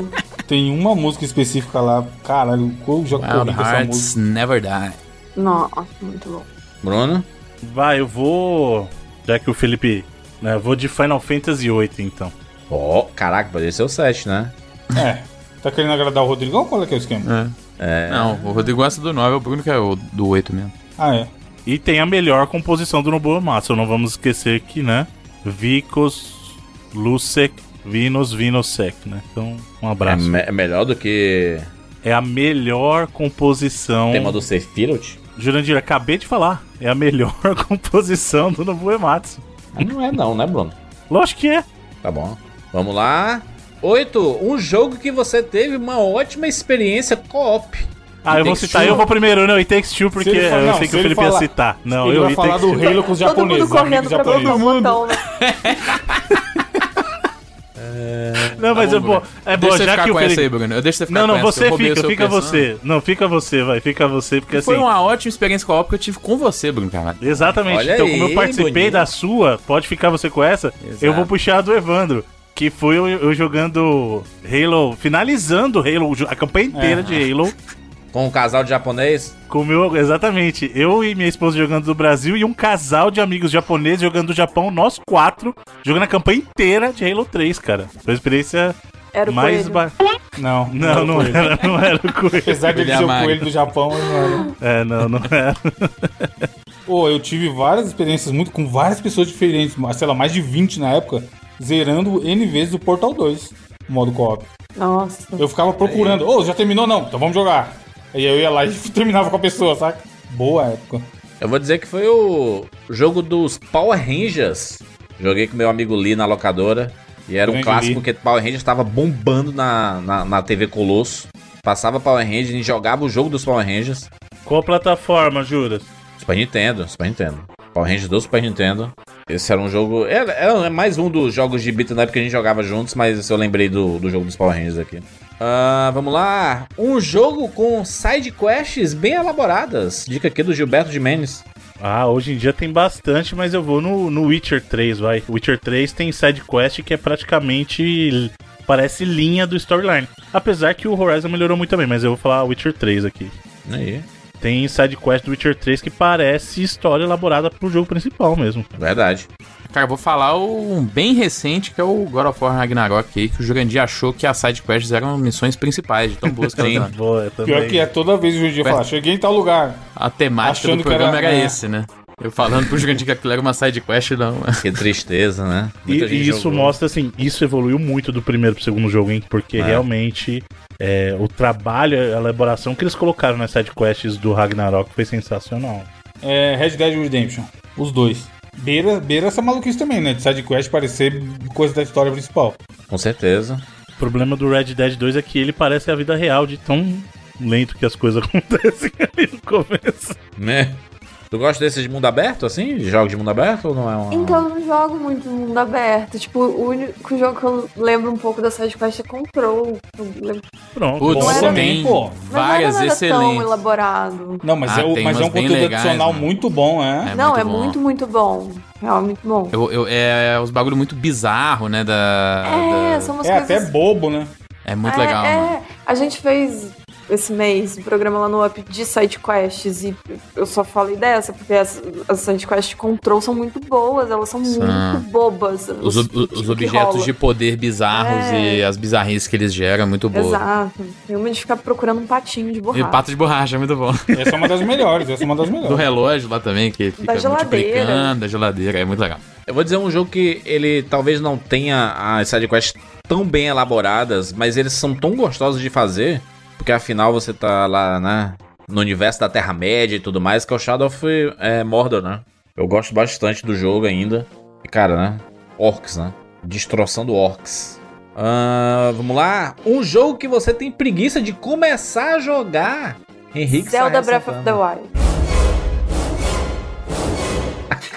tem uma música específica lá. Caralho, eu já Wild corri com essa música. Hearts Never Die. Nossa, muito bom. Bruno? Vai, eu vou. Já que o Felipe. Né, eu vou de Final Fantasy VIII, então. Ó, Oh, caraca, poderia ser o 7, né? É. Tá querendo agradar o Rodrigão? Qual é que é o Hum. esquema? É. Não, o Rodrigo gosta do 9, o Bruno que é o do 8 mesmo. Ah, é. E tem a melhor composição do Nobuo Massa. Não vamos esquecer que, né? Vicos, Lusek, Vinos, Vinosek, né? Então, um É, abraço. me- é melhor do que É, a melhor composição. o tema do Sephiroth? Jurandir, acabei de falar. É a melhor composição do Nobuo Ematsu. Mas Não é não, né, Bruno? Lógico que é. Tá bom. Vamos lá. 8. Um jogo que você teve uma ótima experiência co-op. Ah, eu vou Takes citar. Two? Eu vou primeiro, não. E Takes Two, porque Se ele falar- eu não, sei se que o ele Felipe ia falar- citar. Não, ele eu vai e falar Takes do Two. Halo com os Todo japoneses, mundo correndo amigos pra apertar o japoneses. botão, né? Não, mas Tá é bom, boa. Bruno. É Deixa boa, você já ficar que o com essa aí, Felipe. Bruno. Eu deixo você ficar Não, não, com essa, eu você roubei a fica, sua fica opção. você. Não, fica você, vai, fica você, porque assim. Foi um uma ótima experiência com a OP que eu tive com você, Bruno Carvalho. Exatamente. Olha então, aí, como eu participei bonito. da sua, pode ficar você com essa. Exato. Eu vou puxar a do Evandro, que foi eu, eu jogando Halo, finalizando Halo, a campanha inteira de Halo. Com um casal de japonês. Com o meu, exatamente, eu e minha esposa jogando do Brasil e um casal de amigos japoneses jogando do Japão, nós quatro, jogando a campanha inteira de Halo 3, cara. Foi uma experiência Era o mais. coelho. ba- Não, Não, é não coelho. era, não era o coelho. Apesar de ele Ele ser o amado. coelho do Japão, ele não era. É, não, não era. Pô, eu tive várias experiências muito com várias pessoas diferentes, mas, sei lá, mais de 20 na época, zerando N vezes o Portal 2, o modo co-op. Nossa. Eu ficava procurando, ô, já terminou não? Então vamos jogar. E eu ia lá e terminava com a pessoa, saca? Boa época. Eu vou dizer que foi o jogo dos Power Rangers. Joguei com meu amigo Lee na locadora. E era um Grande clássico Lee. porque Power Rangers tava bombando na, na, na TV Colosso. Passava Power Rangers e jogava o jogo dos Power Rangers. Qual plataforma, Juras? Super Nintendo, Super Nintendo. Power Rangers do Super Nintendo. Esse era um jogo. Era, era mais um dos jogos de beat na época que a gente jogava juntos, mas eu lembrei do, do jogo dos Power Rangers aqui. Ah, vamos lá. Um jogo com side quests bem elaboradas. Dica aqui do Gilberto Jimenez. Ah, hoje em dia tem bastante, mas eu vou no, no Witcher 3, vai. Witcher 3 tem side quest que é praticamente parece linha do storyline. Apesar que o Horizon melhorou muito também, mas eu vou falar Witcher 3 aqui. Aí. Tem side quest do Witcher 3 que parece história elaborada pro jogo principal mesmo. é Verdade. Cara, eu vou falar o- um bem recente, que é o God of War Ragnarok aí, que o Jurandir achou que as sidequests eram missões principais de tão boas que elas Sim. eram. Boa, eu Pior que é toda vez que o dia Vai. falar, cheguei em tal lugar. A temática Achando do que programa era- era, é. esse, né? Eu falando pro Jurandir que aquilo era uma sidequest, não. Que tristeza, né? E, e isso jogou. mostra assim, isso evoluiu muito do primeiro pro segundo jogo, hein? Porque É. realmente é, o trabalho, a elaboração que eles colocaram nas side quests do Ragnarok foi sensacional. É Red Dead Redemption. Os dois. Beira, beira essa maluquice também, né? De sidequest parecer coisa da história principal. Com certeza. O problema do Red Dead 2 é que ele parece a vida real de tão lento que as coisas acontecem ali no começo. Né? Tu gosta desses de mundo aberto, assim? De jogos de mundo aberto ou não é uma. Então eu não jogo muito mundo aberto. Tipo, o único jogo que eu lembro um pouco da sidequest é Control. Eu lembro- Pronto. Putz, Bom, você tem era bem, pô. Mas várias não era nada tão excelentes. elaborado. Não, mas Ah, é, o- tem mas é umas um bem conteúdo legais, adicional mano. muito bom, é. É não, é bom. muito, muito bom. Real, muito bom. Eu- eu- é os bagulho muito bizarro, né? Da, É, da- são umas É até coisas... bobo, né? é muito É, legal, é. mano. A gente fez esse mês, um programa lá no Up de sidequests. E eu só falei dessa, porque as, as sidequests de control são muito boas, elas são São. muito bobas. Os, ob- o tipo os que objetos rola. de poder bizarros É. e as bizarrices que eles geram é muito boa. Exato. Nenhuma de ficar procurando um patinho de E borracha. o pato de borracha é muito bom. Essa é uma das melhores, essa é uma das Do melhores. relógio lá também, que fica geladeira. multiplicando, da geladeira, é muito legal. Eu vou dizer um jogo que ele talvez não tenha as sidequests tão bem elaboradas, mas eles são tão gostosos de fazer, porque afinal você tá lá, né, no universo da Terra-média e tudo mais, que é o Shadow of eh, Mordor, né? Eu gosto bastante do jogo ainda. E, cara, né, orcs, né? Destroçando orcs. Ah, vamos lá. Um jogo que você tem preguiça de começar a jogar. Henrique Sarraia Zelda Breath of the Santana. Wild.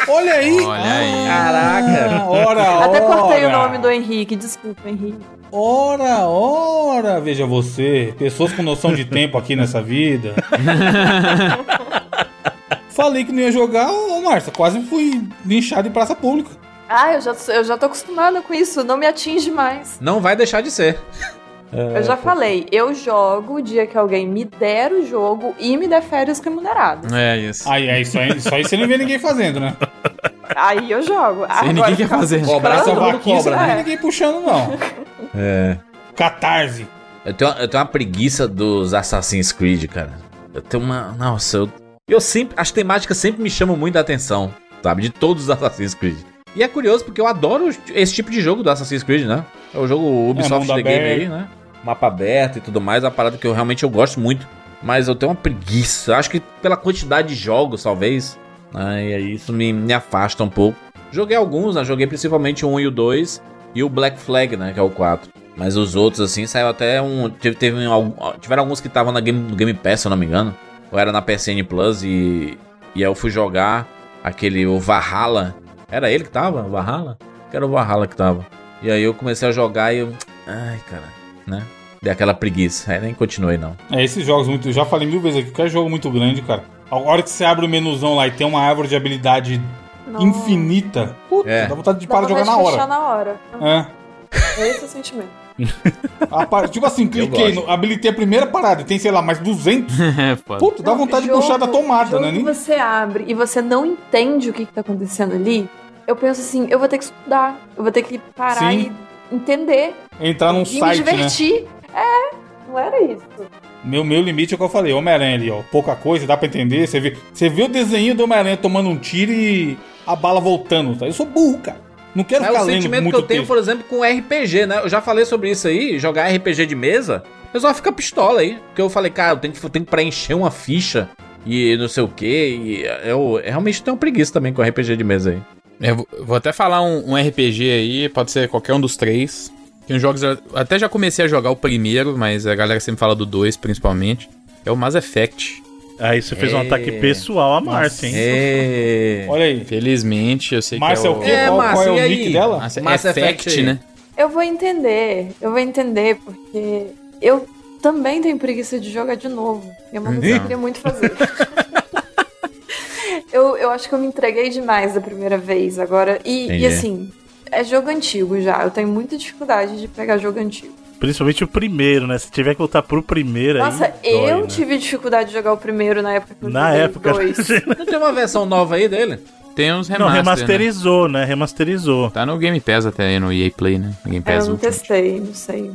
Olha aí! Olha aí. Caraca. Ah, ora, ora! Até cortei o nome do Henrique, desculpa, Henrique. Ora, ora! Veja você, pessoas com noção de tempo aqui nessa vida. Falei que não ia jogar, ô Márcia, quase fui linchado em praça pública. Ah, eu já, eu já tô acostumada com isso, não me atinge mais. Não vai deixar de ser. eu já falei, eu jogo o dia que alguém me der o jogo e me der férias remuneradas. É isso. Ah, Aí, aí, isso aí, isso aí você não vê ninguém fazendo, né? Aí eu jogo. Sem ninguém quer fazer. Cobrar Essa todo mundo vaquinha você cobra, não né? vê ninguém puxando, não. É. Catarse. Eu tenho, eu tenho uma preguiça dos Assassin's Creed, cara. Eu tenho uma. Nossa, eu. Eu sempre. As temáticas sempre me chamam muito a atenção, sabe? De todos os Assassin's Creed. E é curioso porque eu adoro os- esse tipo de jogo do Assassin's Creed, né? É o jogo Ubisoft mundo The Game aberto. aí, né? Mapa aberto e tudo mais, é uma parada que eu realmente eu gosto muito. Mas eu tenho uma preguiça. Acho que pela quantidade de jogos, talvez. né? E aí isso me, me afasta um pouco. Joguei alguns, né? Joguei principalmente o 1 e o 2. E o Black Flag, né? Que é o 4. Mas os outros, assim, saiu até um. Teve, teve um- al- tiveram alguns que estavam na Game, no Game Pass, se eu não me engano. Ou era na PSN Plus e. E aí eu fui jogar aquele. O Valhalla. Era ele que tava? O Valhalla? Acho Que era o Valhalla que tava. E aí eu comecei a jogar e eu. Ai, cara. Né? Dei aquela preguiça. Aí nem continuei, não. É, esses jogos muito. Eu já falei mil vezes aqui, qualquer jogo muito grande, cara. A hora que você abre o menuzão lá e tem uma árvore de habilidade Não. infinita, puta, É. dá vontade de Dá parar de jogar vontade na de fechar hora. na hora. É. É esse o sentimento. A par- Tipo assim, cliquei, gosto. no... habilitei a primeira parada e tem, sei lá, mais 200. É, foda. Puta, dá Não, vontade jogo- de puxar da tomada, jogo né? Nem... que você abre e você não entende o que, que tá acontecendo ali, eu penso assim, eu vou ter que estudar, eu vou ter que parar Sim. e entender Entrar num e me site, né? divertir. É, não era isso. Meu, meu limite é o que eu falei, Homem-Aranha ali, ó. Pouca coisa, dá pra entender. Você vê, você vê o desenho do Homem-Aranha tomando um tiro e a bala voltando, tá? Eu sou burro, cara. Não quero É ficar o lendo sentimento muito que eu tenho, texto. por exemplo, com RPG, né? Eu já falei sobre isso aí, jogar RPG de mesa, eu só fico pistola aí. Porque eu falei, cara, eu tenho que, eu tenho que preencher uma ficha e não sei o quê. E eu, eu realmente tenho preguiça também com RPG de mesa aí. Eu É, vou- vou até falar um, um RPG aí, pode ser qualquer um dos três. Tem uns jogos. eu Até já comecei a jogar o primeiro, mas a galera sempre fala do dois, principalmente. É o Mass Effect. Aí você fez um É. ataque pessoal a Márcia, hein? É. Olha aí. Felizmente, eu sei Márcia é o que quê? É, qual, qual é Márcia, o e nick aí? dela? Mass, Mass Effect, Effect. né? Eu vou entender, eu vou entender, porque eu também tenho preguiça de jogar de novo. É uma Uhum. coisa que eu queria muito fazer. eu, eu acho que eu me entreguei demais da primeira vez agora. E, e Entendi. assim, é jogo antigo já. Eu tenho muita dificuldade de pegar jogo antigo. Principalmente o primeiro, né? Se tiver que voltar pro primeiro Nossa, aí. dói, eu né? tive dificuldade de jogar o primeiro na época que eu Na joguei o época. dois. É Não tem uma versão nova aí dele? Tem uns Não, remaster, né? remasterizou, né? Remasterizou. Tá no Game Pass até aí, no EA Play, né? No Game É, Pass eu não último. testei, não sei.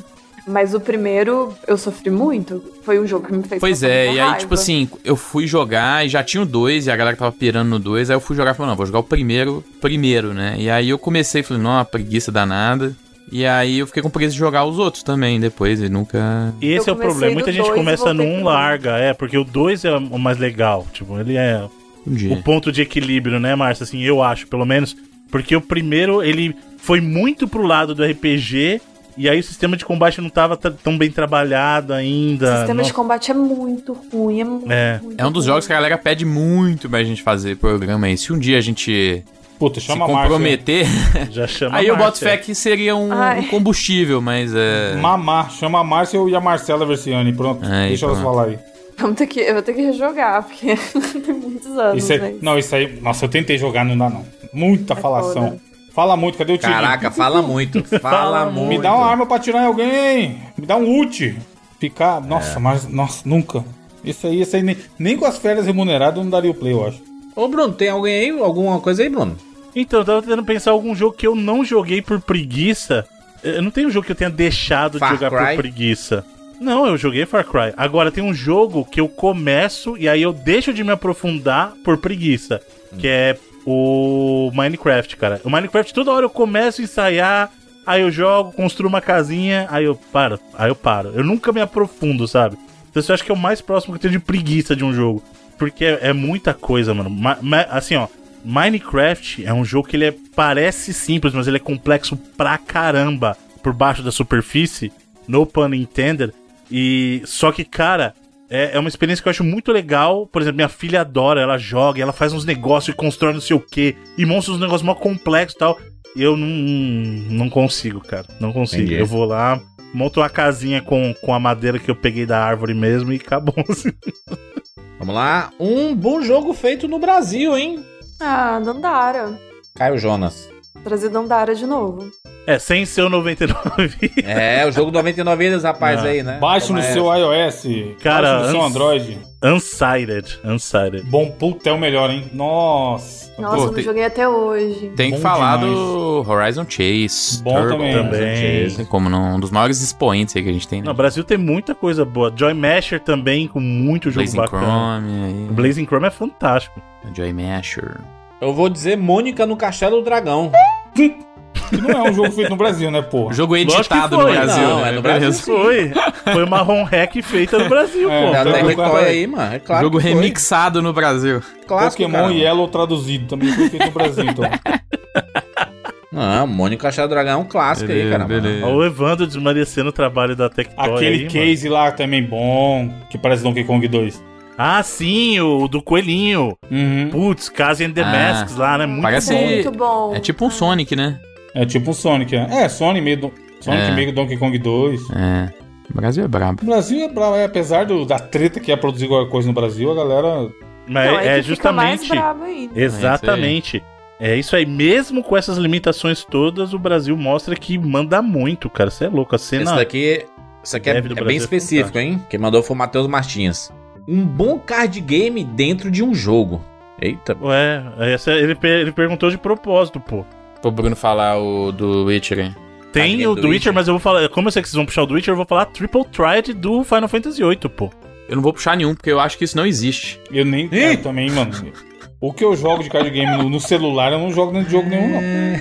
Mas o primeiro eu sofri muito. Foi um jogo que me fez. Pois passar é, muita e aí, raiva. tipo assim, eu fui jogar e já tinha o 2 e a galera que tava pirando no 2. Aí eu fui jogar e falei, não, vou jogar o primeiro, primeiro, né? E aí eu comecei, falei, não, uma preguiça danada. E aí eu fiquei com preguiça de jogar os outros também depois e nunca. E esse Eu é o problema. comecei Muita no gente dois e começa voltei num pro um. larga, é, porque o dois é o mais legal. Tipo, ele é Um o dia. ponto de equilíbrio, né, Márcia? Assim, eu acho, pelo menos. Porque o primeiro, ele foi muito pro lado do RPG. E aí o sistema de combate não tava t- tão bem trabalhado ainda. O sistema Nossa. de combate é muito ruim, é muito. É. muito É um dos ruim. jogos que a galera pede muito pra gente fazer programa aí. Se um dia a gente Puta, chama a se Márcia. comprometer, né? Já chama é. aí eu boto Márcia. fé que seria um, Ai. um combustível, mas é. Mamar, chama a Márcia e a Marcela Versiani, pronto. Aí, Deixa elas pronto. falar aí. Vamos ter que, eu vou ter que rejogar, porque tem muitos anos. Isso é, né? não, isso aí. Nossa, eu tentei jogar, não dá não. Muita falação. Fala muito, cadê o tiro? Caraca, fala muito. Fala Fala muito. Me dá uma arma pra atirar em alguém. Me dá um ult. Ficar. É. Nossa, mas. Nossa, nunca. Isso aí, isso aí nem, nem com as férias remuneradas eu não daria o play, eu acho. Ô, Bruno, tem alguém aí? Alguma coisa aí, Bruno? Então, eu tava tentando pensar algum jogo que eu não joguei por preguiça. Eu não tem um jogo que eu tenha deixado Far de jogar Cry? por preguiça. Não, eu joguei Far Cry. Agora tem um jogo que eu começo e aí eu deixo de me aprofundar por preguiça, que é o Minecraft, cara. O Minecraft toda hora eu começo a ensaiar, aí eu jogo, construo uma casinha, aí eu paro, aí eu paro. Eu nunca me aprofundo, sabe? Então isso eu acho que é o mais próximo que eu tenho de preguiça de um jogo. Porque é, é muita coisa, mano. Ma- ma- assim, ó. Minecraft é um jogo que ele é- parece simples, mas ele é complexo pra caramba por baixo da superfície. No pun intended. E só que, cara, é, é uma experiência que eu acho muito legal. Por exemplo, minha filha adora, ela joga, ela faz uns negócios e constrói não sei o quê. E monstros uns negócios mó complexos e tal. E eu não, não consigo, cara. Não consigo. Entendi. Eu vou lá, monto uma casinha com, com a madeira que eu peguei da árvore mesmo e acabou. assim. Vamos lá. Um bom jogo feito no Brasil, hein? Ah, Dandara. Caio Jonas. Trazer Dandara de novo. É, sem ser o 99. É, o jogo 99 vidas, rapaz, Não. aí, né? Baixo Toma no essa. seu iOS. Cara, baixe no seu antes- Android. Unsighted. Unsighted. Bom, puta, é o melhor, hein? Nossa. Nossa, eu não tem- joguei até hoje. Tem que Bom falar demais. do Horizon Chase. Bom também. Também. Não tem Como não, um dos maiores expoentes aí que a gente tem, né? No Brasil tem muita coisa boa. Joy Masher também, com muito jogo Blazing bacana. Chrome, Blazing Chrome é fantástico. aí, Joy Masher. Eu vou dizer Mônica no Castelo do Dragão. É, Que não é um jogo feito no Brasil, né, porra? Jogo Lógico que editado foi. no Brasil, Não, né? é no Brasil, Beleza. Foi. Foi uma ROM hack feita no Brasil, É, É pô. da jogo território guardado. aí, mano. É claro. Jogo que foi. remixado no Brasil. Clássico, Pokémon é. cara. Yellow traduzido também foi feito no Brasil, então. Não, Mônica no Castelo do Dragão é um clássico aí, cara. mano. Olha o Evandro desmerecendo o trabalho da Tectoy Aquele aí, mano. case lá também bom, que parece Donkey Kong 2. Ah, sim, o do coelhinho. Uhum. Putz, Casa and the Ah. Masks lá, né? Muito Parece- bom. Muito bom. É tipo um Sonic, né? É tipo um Sonic, é. É, Sonic meio, do- Sonic É. meio Donkey Kong 2. É. O Brasil é brabo. O Brasil é bravo, é, apesar do- da treta que é produzir qualquer coisa no Brasil, a galera. Mas Não, é, Então, que fica mais justamente. brabo ainda. Exatamente. É isso aí. Mesmo com essas limitações todas, o Brasil mostra que manda muito, cara. Você é louco. A cena. Esse daqui, isso aqui é, Deve do é Brasil bem é específico, fantástico. hein? Quem mandou foi o Matheus Martins. Um bom card game dentro de um jogo. Eita. Ué, essa, ele, per- ele perguntou de propósito, pô. Pro Bruno falar o do Witcher, hein? Tem Aquele o do do Witcher, Witcher. mas eu vou falar. Como eu sei que vocês vão puxar o do Witcher, eu vou falar Triple Triad do Final Fantasy VIII, pô. Eu não vou puxar nenhum, porque eu acho que isso não existe. Eu nem. Ih! Eu também, mano. O que eu jogo de card game no, no celular, eu não jogo dentro de jogo nenhum, não. Hum,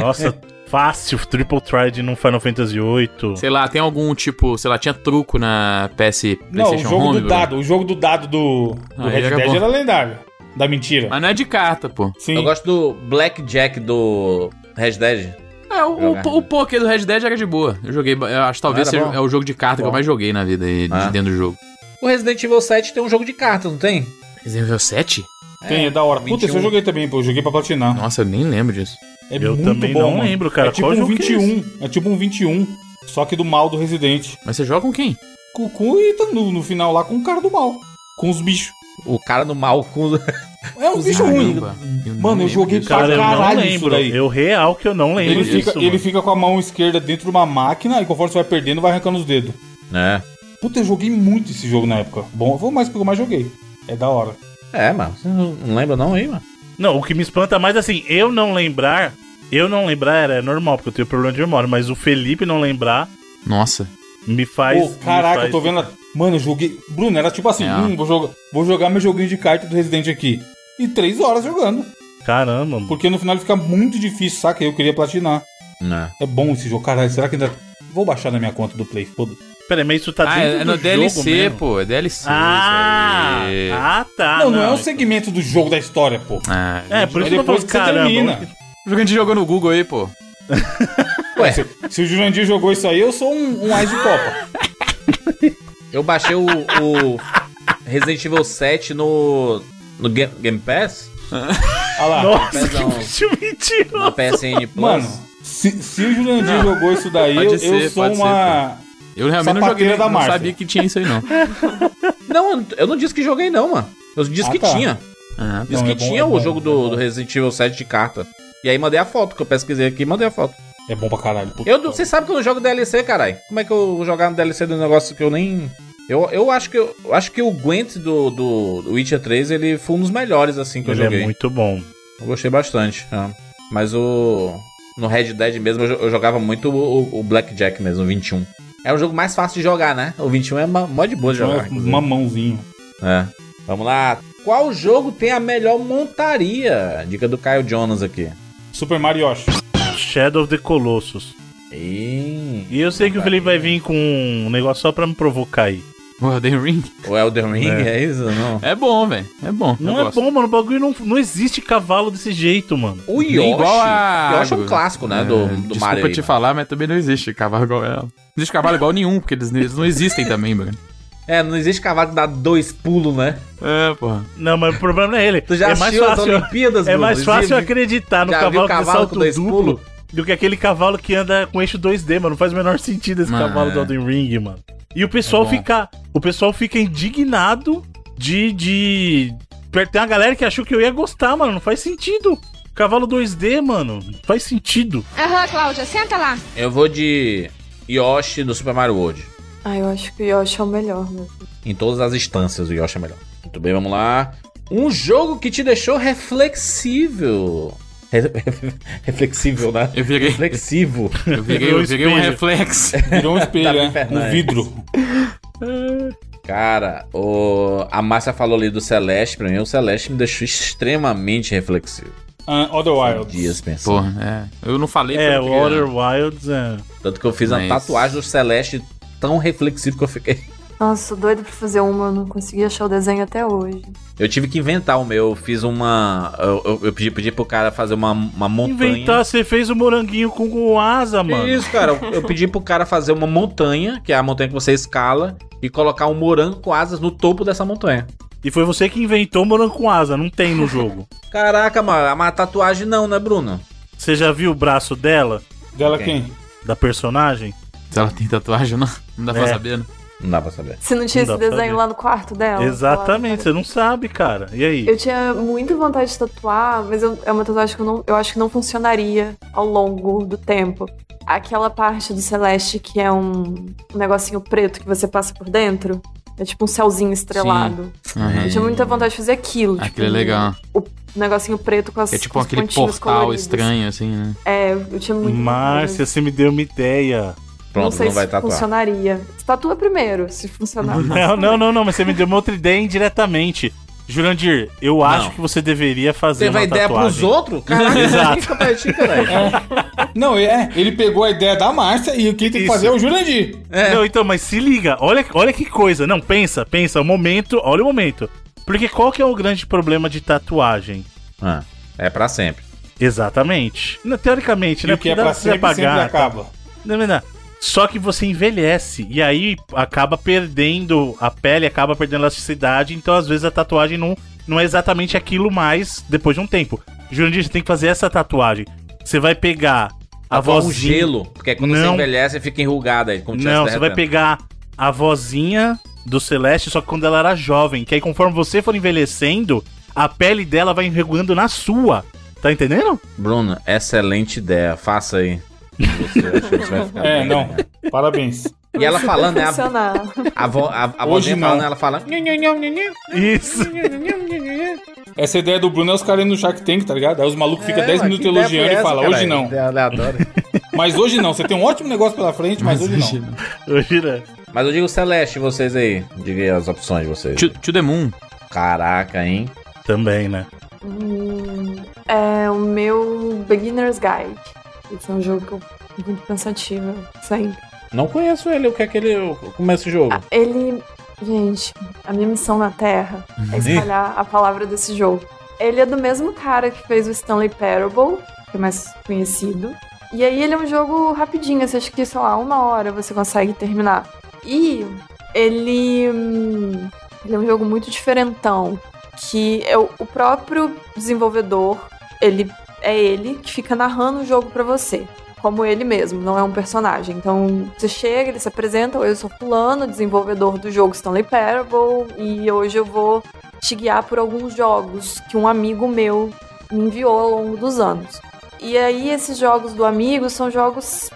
Nossa, fácil Triple Triad no Final Fantasy VIII. Sei lá, tem algum tipo, sei lá, tinha truco na PS Não, o PlayStation jogo Home, do Bruno? dado. O jogo do dado do, do Ah, Red ele era Dead bom. era lendário. Da mentira. Ah, Mas não é de carta, pô. Sim. Eu gosto do Blackjack do Red Dead. É, o, Jogar. o, o poker do Red Dead era de boa. Eu joguei, eu acho que talvez Não era seja bom? é o jogo de carta que Bom. eu mais joguei na vida aí, de Ah. dentro do jogo. O Resident Evil 7 tem um jogo de cartas, não tem? Resident Evil 7? Tem, é, da hora. Puta, esse 21. eu joguei também, pô. Eu joguei pra platinar. Nossa, eu nem lembro disso. É um. Eu muito também bom, não mano. lembro, cara. É tipo Qual um jogo que é 21. É, tipo um 21. Só que do mal do Resident. Mas você joga com quem? Com, com e tá no, no final lá com o cara do mal. Com os bichos. O cara no mal com. É um bicho ruim. Caramba, eu não Mano, eu lembro joguei disso. pra Cara, eu não caralho isso lembro. daí. Eu real que eu não lembro Ele disso. fica, ele mano. fica com a mão esquerda dentro de uma máquina e conforme você vai perdendo, vai arrancando os dedos. É. Puta, eu joguei muito esse jogo na época. Bom, foi o mais que eu mais joguei. É da hora. É, mano. Você não não lembra não aí, mano? Não, o que me espanta mais assim, eu não lembrar. Eu não lembrar é normal, porque eu tenho problema de memória, mas o Felipe não lembrar Nossa. me faz. Pô, me caraca, faz- eu tô vendo. a- Mano, eu joguei. Bruno, era tipo assim: É. hum, vou, jogar, vou jogar meu joguinho de carta do Resident aqui. E três horas jogando. Caramba, mano. Porque no final ele fica muito difícil, saca? Eu queria platinar. Não. Né. É bom esse jogo, caralho. Será que ainda. Vou baixar na minha conta do Play, foda-se. Peraí, mas isso tá ah, dentro é, é do no jogo DLC, mesmo? pô. É DLC. Ah, isso aí. ah, tá. não, não, é o segmento do jogo da história, pô. Ah, É, por isso que eu depois falo, que você caramba. termina. O gente jogou no Google aí, pô. Ué, Se o Jurandir jogou isso aí, eu sou um, um Ice Copa. eu baixei o, o Resident Evil 7 no. no Ga- Game Pass? Olha lá. Nossa, que Pezão. bicho mentiroso. Na PSN Plus? Mano, se, se o Jurandir Não. jogou isso daí, Pode eu, eu ser, sou pode ser, uma. Eu realmente não Sapateira joguei, da não Márcia. sabia que tinha isso aí, não. Não, eu não- eu não disse que joguei, não, mano. Eu disse Ah, que tá. tinha. Ah, Disse Não, que é bom, tinha é o bom, jogo é do, bom. do Resident Evil 7 de carta. E aí mandei a foto, que eu pesquisei aqui e mandei a foto. É bom pra caralho. puta Eu, que você sabe que eu não jogo DLC, caralho. Como é que eu vou jogar no DLC do negócio que eu nem. Eu, eu acho que eu, eu acho que o Gwent do, do do Witcher 3 ele foi um dos melhores assim que eu Ele joguei. é muito bom. Eu gostei bastante. é. Mas o. No Red Dead mesmo eu, jo- eu jogava muito o, o Blackjack mesmo, o 21. É o jogo mais fácil de jogar, né? O 21 é ma- mó de boa de pariu. jogar. Só inclusive. Mamãozinho. É. Vamos lá. Qual jogo tem a melhor montaria? Dica do Caio Jonas aqui. Super Mario Yoshi. Shadow of the Colossus. Ih. E eu sei que o Felipe vai vir com um negócio só pra me provocar aí. O Elden Ring O Elden Ring, é, isso? Não. é bom, velho. É bom. Não eu é gosto. bom, mano. O bagulho não, não existe cavalo desse jeito, mano. O Nem Yoshi. igual a- Yoshi é um clássico, né? É, do do desculpa Mario. aí, te né? falar, mas também não existe cavalo igual ela. Não existe cavalo igual nenhum, porque eles, eles não existem também, mano. É, não existe cavalo que dá dois pulos, né? É, porra. Não, mas o problema não é ele. Tu já é mais assistiu as fácil. Olimpíadas, É Bruno? mais fácil Existe- acreditar no já cavalo, viu cavalo que com tem dois salto duplo pulos? do que aquele cavalo que anda com eixo 2D, mano. Não faz o menor sentido esse Mano, cavalo do é. Elden Ring, mano. E o pessoal É bom. fica. O pessoal fica indignado de. de... Tem uma galera que achou que eu ia gostar, mano. Não faz sentido. Cavalo 2D, mano. Não faz sentido. Aham, Cláudia, senta lá. Eu vou de Yoshi do Super Mario World. Ah, eu acho que o Yoshi é o melhor mesmo. Em todas as instâncias, o Yoshi é melhor. Muito bem, vamos lá. Um jogo que te deixou reflexível. Re- reflexível, né? Eu virei, Reflexivo. eu virei, Virou eu virei um espelho. reflexo. Virou um espelho, Davi né? Fernandes. Um vidro. Cara, o... a Márcia falou ali do Celeste. Pra mim, o Celeste me deixou extremamente reflexivo. Ah, Other Wilds. Dias pensando. Porra, é. Eu não falei É, porque- o Outer né? Wilds é. Tanto que eu fiz uma Mas- tatuagem do Celeste tão reflexivo que eu fiquei. Nossa, doido pra fazer uma, eu não consegui achar o desenho até hoje. Eu tive que inventar o meu. Eu fiz uma. Eu, eu- eu pedi, pedi pro cara fazer uma, uma montanha. Inventar, você fez o moranguinho com, com asa, mano. Isso, cara. Eu- Eu pedi pro cara fazer uma montanha, que é a montanha que você escala, e colocar um morango com asas no topo dessa montanha. E foi você que inventou o morango com asa. Não tem no jogo. Caraca, mano, uma tatuagem não, né, Bruno? Você já viu o braço dela? Dela quem? Da personagem? Se ela tem tatuagem ou não, não dá pra É. saber, né? Não dá pra saber. Se não tinha Não esse dá pra desenho ver. lá no quarto dela? Exatamente, você não sabe, cara. E aí? Eu tinha muita vontade de tatuar, mas eu- é uma tatuagem que eu, não, eu acho que não funcionaria ao longo do tempo. Aquela parte do Celeste que é um, um negocinho preto que você passa por dentro. É tipo um céuzinho estrelado. Aham. Eu tinha muita vontade de fazer aquilo. Hum. tipo, Aquilo é legal. Um negocinho preto com as É tipo com os aquele pontinhos portal coloridos. estranho, assim, né? É, eu tinha muito. Márcia, você me deu uma ideia. Pronto, não, não sei se vai tatuar. funcionaria. Tatua primeiro, se funcionar. Não, não, não, não, mas você me deu uma outra ideia indiretamente. Jurandir, eu acho que você deveria fazer Teve uma a ideia tatuagem. pros outros? Caraca, Exato. fica pertinho, caralho. Não, é. Ele pegou a ideia da Márcia e quem tem que Isso. fazer é o Jurandir. É. Não, então, mas se liga, olha, olha que coisa. Não, pensa, pensa, o momento, olha o momento. Porque qual que é o grande problema de tatuagem? Ah, é pra sempre. Exatamente. Não, teoricamente, E né? o que é Porque dá pra você sempre, sempre apagar, tá? acaba. Não, não, não. Só que você envelhece e aí acaba perdendo a pele, acaba perdendo a elasticidade, então às vezes a tatuagem não, não é exatamente aquilo mais depois de um tempo. Jurandir, você tem que fazer essa tatuagem. Você vai pegar a Tatuar um vozinha. gelo, porque quando você Não. envelhece, fica enrugada aí. Como se Não, tivesse você vai derretendo. pegar a vozinha do Celeste, só que quando ela era jovem, que aí conforme você for envelhecendo, a pele dela vai enregando na sua. Tá entendendo? Bruno, excelente ideia. Faça aí. Você acha que isso vai ficar É, bem, não. né? Parabéns. E ela falando, né? A, funcionar. a, vo, a, a Hoje vozinha não. falando, ela fala. Isso. Essa ideia do Bruno é os caras indo no Shark Tank, tá ligado? Aí os malucos ficam É, 10 minutos elogiando e falam, hoje não. Mas hoje não, você tem um ótimo negócio pela frente, mas, hoje, não. Hoje, né? Mas eu digo Celeste, vocês aí. Diga aí as opções de vocês. To, to the Moon. Caraca, hein? Também, né? Hum, é o meu Beginner's Guide. Esse é um jogo que eu fico muito pensativo, sempre. Não conheço ele, o que é que ele. Como é esse jogo? Ah, Ele. Gente, a minha missão na Terra é espalhar a palavra desse jogo. Ele é do mesmo cara que fez o Stanley Parable, que é mais conhecido. E aí ele é um jogo rapidinho, você acha que, sei lá, uma hora você consegue terminar. E ele. hum, Ele é um jogo muito diferentão. Que é o o próprio desenvolvedor, ele é ele que fica narrando o jogo pra você como ele mesmo, não é um personagem. Então, você chega, ele se apresenta, "Oi, eu sou fulano, desenvolvedor do jogo Stanley Parable, e hoje eu vou te guiar por alguns jogos que um amigo meu me enviou ao longo dos anos. E aí esses jogos do amigo são jogos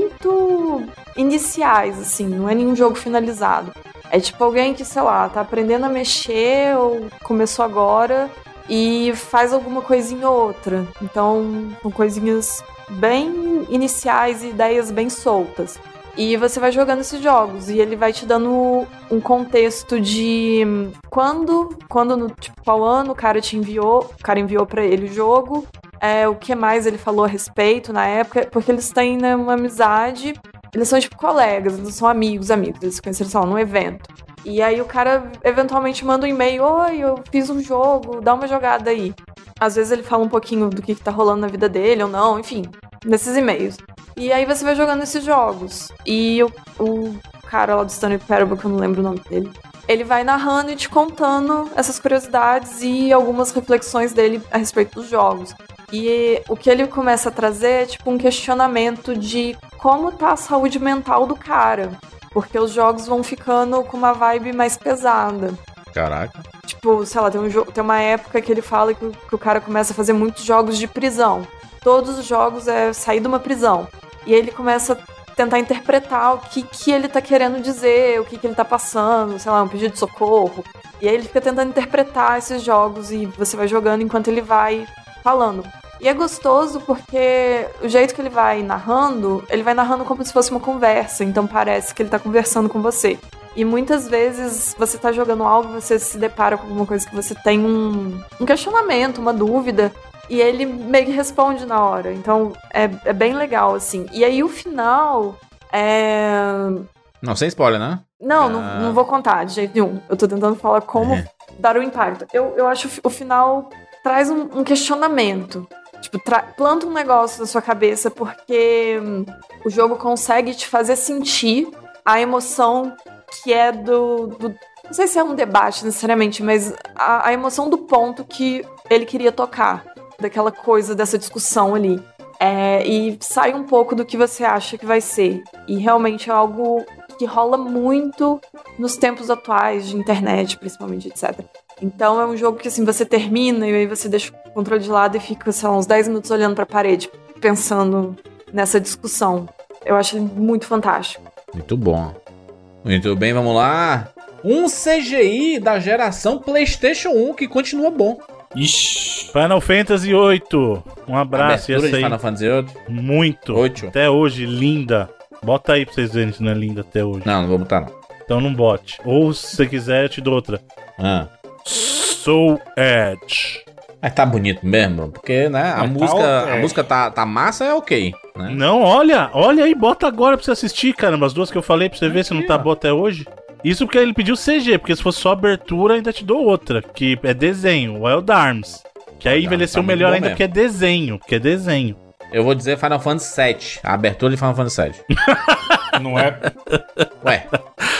muito iniciais, assim, não é nenhum jogo finalizado. É tipo alguém que, sei lá, tá aprendendo a mexer ou começou agora e faz alguma coisinha ou outra. Então, são coisinhas bem iniciais e ideias bem soltas. E você vai jogando esses jogos e ele vai te dando um contexto de quando, quando no tipo qual ano o cara te enviou, o cara enviou pra ele o jogo, é, o que mais ele falou a respeito na época, porque eles têm né, uma amizade, eles são tipo colegas, eles não são amigos, amigos, eles se conheceram só num evento. E aí o cara eventualmente manda um e-mail, oi, eu fiz um jogo, dá uma jogada aí. Às vezes ele fala um pouquinho do que, que tá rolando na vida dele ou não, enfim, nesses e-mails. E aí você vai jogando esses jogos. E o, o cara lá do Stanley Parable, que eu não lembro o nome dele, ele vai narrando e te contando essas curiosidades e algumas reflexões dele a respeito dos jogos. E o que ele começa a trazer é tipo um questionamento de como tá a saúde mental do cara. Porque os jogos vão ficando com uma vibe mais pesada. Caraca. Tipo, sei lá, tem, um jo- tem uma época que ele fala que, o- que o cara começa a fazer muitos jogos de prisão. Todos os jogos é sair de uma prisão. E aí ele começa a tentar interpretar o que, que ele tá querendo dizer, o que, que ele tá passando, sei lá, um pedido de socorro. E aí ele fica tentando interpretar esses jogos e você vai jogando enquanto ele vai falando. E é gostoso porque o jeito que ele vai narrando, ele vai narrando como se fosse uma conversa, então parece que ele tá conversando com você. E muitas vezes você tá jogando algo, você se depara com alguma coisa que você tem um, um questionamento, uma dúvida, e ele meio que responde na hora. Então é, é bem legal, assim. E aí o final é. Não, sem spoiler, né? Não, Ah. não, não vou contar de jeito nenhum. Eu tô tentando falar como É. dar o impacto. Eu, eu acho o fi- o final traz um, um questionamento. Tipo, tra- planta um negócio na sua cabeça porque hum, o jogo consegue te fazer sentir a emoção que é do. do- não sei se é um debate necessariamente, mas a, a emoção do ponto que ele queria tocar, daquela coisa, dessa discussão ali. É, e sai um pouco do que você acha que vai ser. E realmente é algo que rola muito nos tempos atuais de internet, principalmente, etc. Então é um jogo que assim você termina e aí você deixa o controle de lado e fica, sei lá, uns 10 minutos olhando pra parede, pensando nessa discussão. Eu acho ele muito fantástico. Muito bom. Muito bem, vamos lá. Um CGI da geração PlayStation 1 que continua bom. Ixi. Final Fantasy VIII. Um abraço, Abertura essa de aí. Final Fantasy VIII. Muito. Oito. Até hoje, linda. Bota aí pra vocês verem se não é linda até hoje. Não, não vou botar não. Então não bote. Ou se você quiser, eu te dou outra. Ah. Soul Edge. Mas tá bonito mesmo, porque, né, a Mas tá música, ok. a música tá, tá massa, é ok, né? Não, olha, olha aí, bota agora pra você assistir, caramba. As duas que eu falei pra você ver se não tá boa até hoje. Isso porque ele pediu CG, porque se fosse só abertura, ainda te dou outra, que é desenho, Wild Arms. Que aí Wild envelheceu Arms tá melhor muito bom ainda mesmo. porque é desenho, porque é desenho. Eu vou dizer Final Fantasy VII, a abertura de Final Fantasy VII. Não, é, Ué,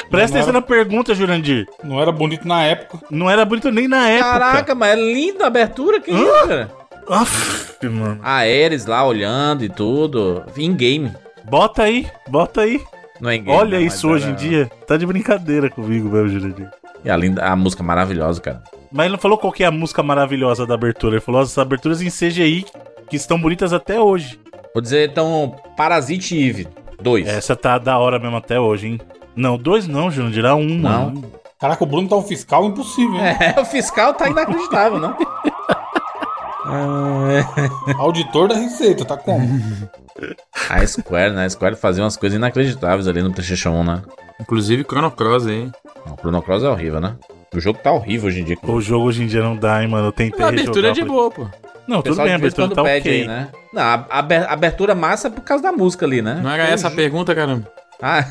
Presta Não atenção na pergunta, Jurandir. não era bonito na época. Não era bonito nem na época. caraca, mas é linda a abertura, que isso, cara? Aff, mano. A Ares lá olhando e tudo, em game. Bota aí, bota aí. Não é em game, Olha né, isso mas hoje era- em dia. Tá de brincadeira comigo, meu Jurandir. E a, linda, a música maravilhosa, cara. Mas ele não falou qual que é a música maravilhosa da abertura. Ele falou as aberturas em CGI que estão bonitas até hoje. Vou dizer, então, Parasite Eve 2. Essa tá da hora mesmo até hoje, hein? Não, dois não, Júnior. Dirá um, Não. mano. Caraca, o Bruno tá um fiscal impossível, hein? É, o fiscal tá inacreditável, não? Ah, Auditor da Receita, tá como? é. a Square, né? A Square fazia umas coisas inacreditáveis ali no PlayStation 1, né? Inclusive Chrono Cross aí. Não, o Chrono Cross é horrível, né? O jogo tá horrível hoje em dia. O jogo hoje em dia não dá, hein, mano. Eu tentei A abertura é rejogar, de mas- boa, pô. Não, O tudo pessoal bem, a de vez em abertura quando tá pede ok. aí, né? Não, a, a aber- abertura massa é por causa da música ali, né? Não era essa a pergunta, caramba. Ah,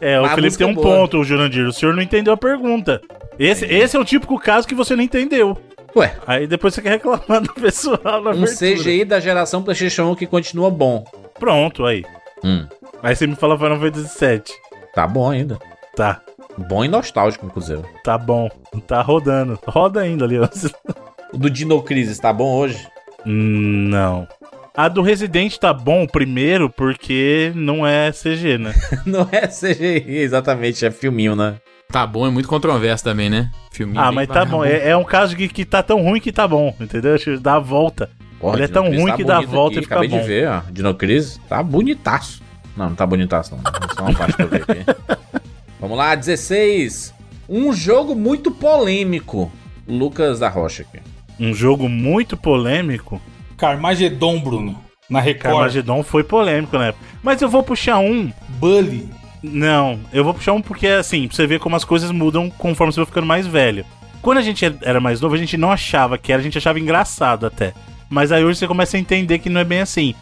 É, o Mas a Felipe música tem um é boa. ponto, o Jurandir. O senhor não entendeu a pergunta. Esse, esse é o típico caso que você não entendeu. Ué. Aí depois você quer reclamar do pessoal na um abertura. CGI da geração PlayStation 1 que continua bom. Pronto, aí. Hum, Aí você me fala Final Fantasy VII. tá bom ainda. Tá, Bom e nostálgico, inclusive. tá bom. Tá rodando. Roda ainda ali, ó. O do Dino Crisis tá bom hoje? Hum, Não. A do Resident tá bom primeiro porque não é CG, né? Não é CGI, exatamente, é filminho, né? Tá bom, é muito controverso também, né? Filminho Ah, bem mas tá bom. vagabundo. É, é um caso de que tá tão ruim que tá bom, entendeu? Acho que Dá a volta. Ele é tão Dinocris ruim que dá a tá bonito volta e fica Acabei bom. de ver, ó. Dinocris tá bonitaço. Não, não tá bonitaço, não. É só uma parte que eu vi aqui. Vamos lá, 16. Um jogo muito polêmico. Lucas da Rocha aqui. Um jogo muito polêmico. Carmagedon, Bruno. Na Record. Carmageddon foi polêmico na época. Mas eu vou puxar um. Bully. Não, eu vou puxar um porque é assim, pra você ver como as coisas mudam conforme você vai ficando mais velho. Quando a gente é, era mais novo, a gente não achava que era, a gente achava engraçado até. Mas aí hoje você começa a entender que não é bem assim.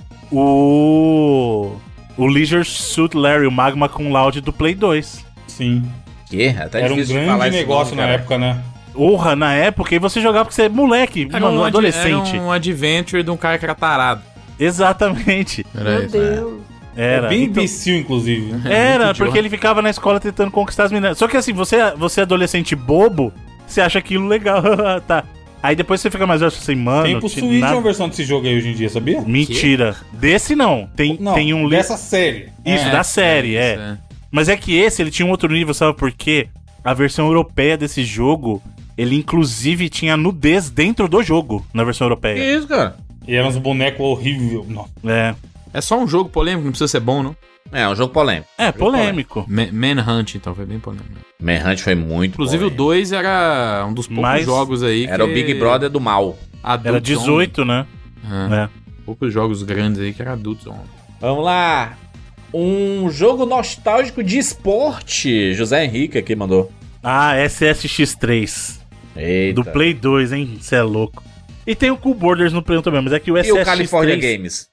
O. O Leisure Suit Larry, o Magma com Loud do Play 2. Sim. Que? É Até Era um difícil de falar grande esse negócio nome, na cara. época, né? Urra, na época, e você jogava porque você é moleque, Era mano, um ad- adolescente. Era um adventure de um cara que era tarado. Exatamente. Era Meu isso. né? né? Deus. Era. é bem Então- imbecil, inclusive. né? Era, muito porque ele ficava na escola tentando conquistar as meninas. Só que assim, você, você é adolescente bobo, você acha aquilo legal, tá. Aí depois você fica mais velho, você fala assim, mano, Tem pro ti- Switch nada- uma versão desse jogo aí hoje em dia, sabia? Mentira. Desse não. Tem, Não, tem um li- dessa série. Isso, É. da série, é. isso, Mas é que esse, ele tinha um outro nível, sabe por quê? A versão europeia desse jogo, ele inclusive tinha nudez dentro do jogo, na versão Que europeia. isso, cara? É. E eram uns bonecos horríveis. Não. É. É só um jogo polêmico, não precisa ser bom, não. É, é um jogo polêmico. É, polêmico. Ma- Manhunt, então, foi bem polêmico. Manhunt foi muito Inclusive, o polêmico. 2 era um dos poucos Mas jogos aí Era o que- Big Brother do mal. adultos Era 18, né? only. É. É. Poucos jogos grandes aí que era adultos only. Vamos lá. Um jogo nostálgico de esporte. José Henrique aqui mandou. Ah, SSX3. Eita. Do Play 2, hein? Você é louco. E tem o Cool Borders no Play 1 também, mas é que o e o California SSX3... Games.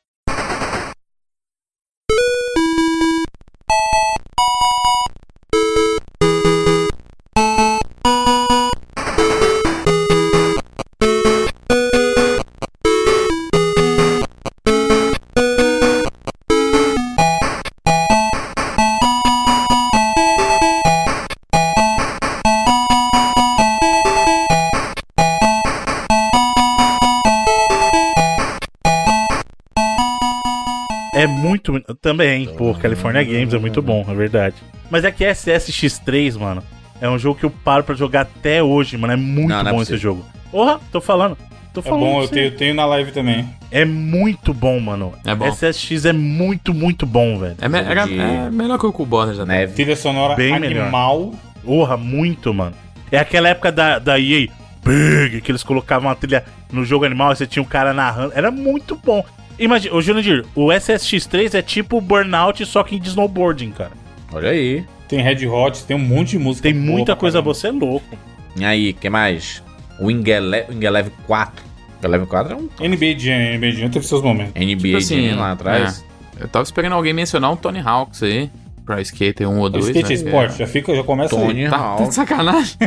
É muito... Também, pô, California Games é muito bom, é verdade. Mas é que SSX3, mano, é um jogo que eu paro pra jogar até hoje, mano. É muito Não, não é bom possível. esse jogo. Porra, tô falando. Tô É falando. bom, pra eu você. tenho, eu tenho na live também. É muito bom, mano. É bom. SSX é muito, muito bom, velho. É, me- Jogo era- de- Né? é melhor que o Cool Borders até. Neve. Trilha sonora Bem melhor. animal. Porra, muito, mano. É aquela época da, da EA Big, que eles colocavam uma trilha no jogo animal e você tinha um cara narrando. Era muito bom. Imagina, ô Jurandir, o SSX3 é tipo o Burnout, só que em de snowboarding, cara. Olha aí. Tem Red Hot, tem um monte de música. Tem boa muita pra coisa boa, caramba. você é louco. E aí, que mais? Wing Ele- Wing Eleven 4. Wing Eleven 4 é um é. NBA Jam, NBA Jam teve seus momentos. NBA Tipo assim, de lá atrás. Eu tava esperando alguém mencionar um Tony Hawks aí. Pra Skater 1 ou 2. É Skate né? né? Sport, já, fica, já começa aí. Tony Tá, tá de Hawk. sacanagem.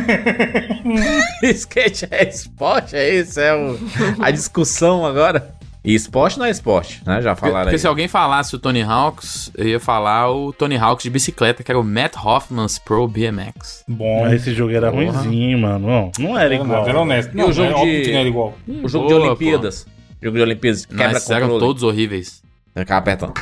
Skate é esporte? É isso? É o- a discussão agora? E esporte não é esporte, né? Já Porque, falaram aí. se alguém falasse o Tony Hawks, eu ia falar o Tony Hawks de bicicleta, que era o Matt Hoffman's Pro BMX. Bom, Mas esse jogo era Porra. ruimzinho, mano. Não, não era era, igual. nada, era honesto. o jogo é de- óbvio que não era igual. O jogo de Boa, pô. Olimpíadas. Jogo é de Olimpíadas. Não, Quebra esses eram controle. todos horríveis. Tem que ficar apertando.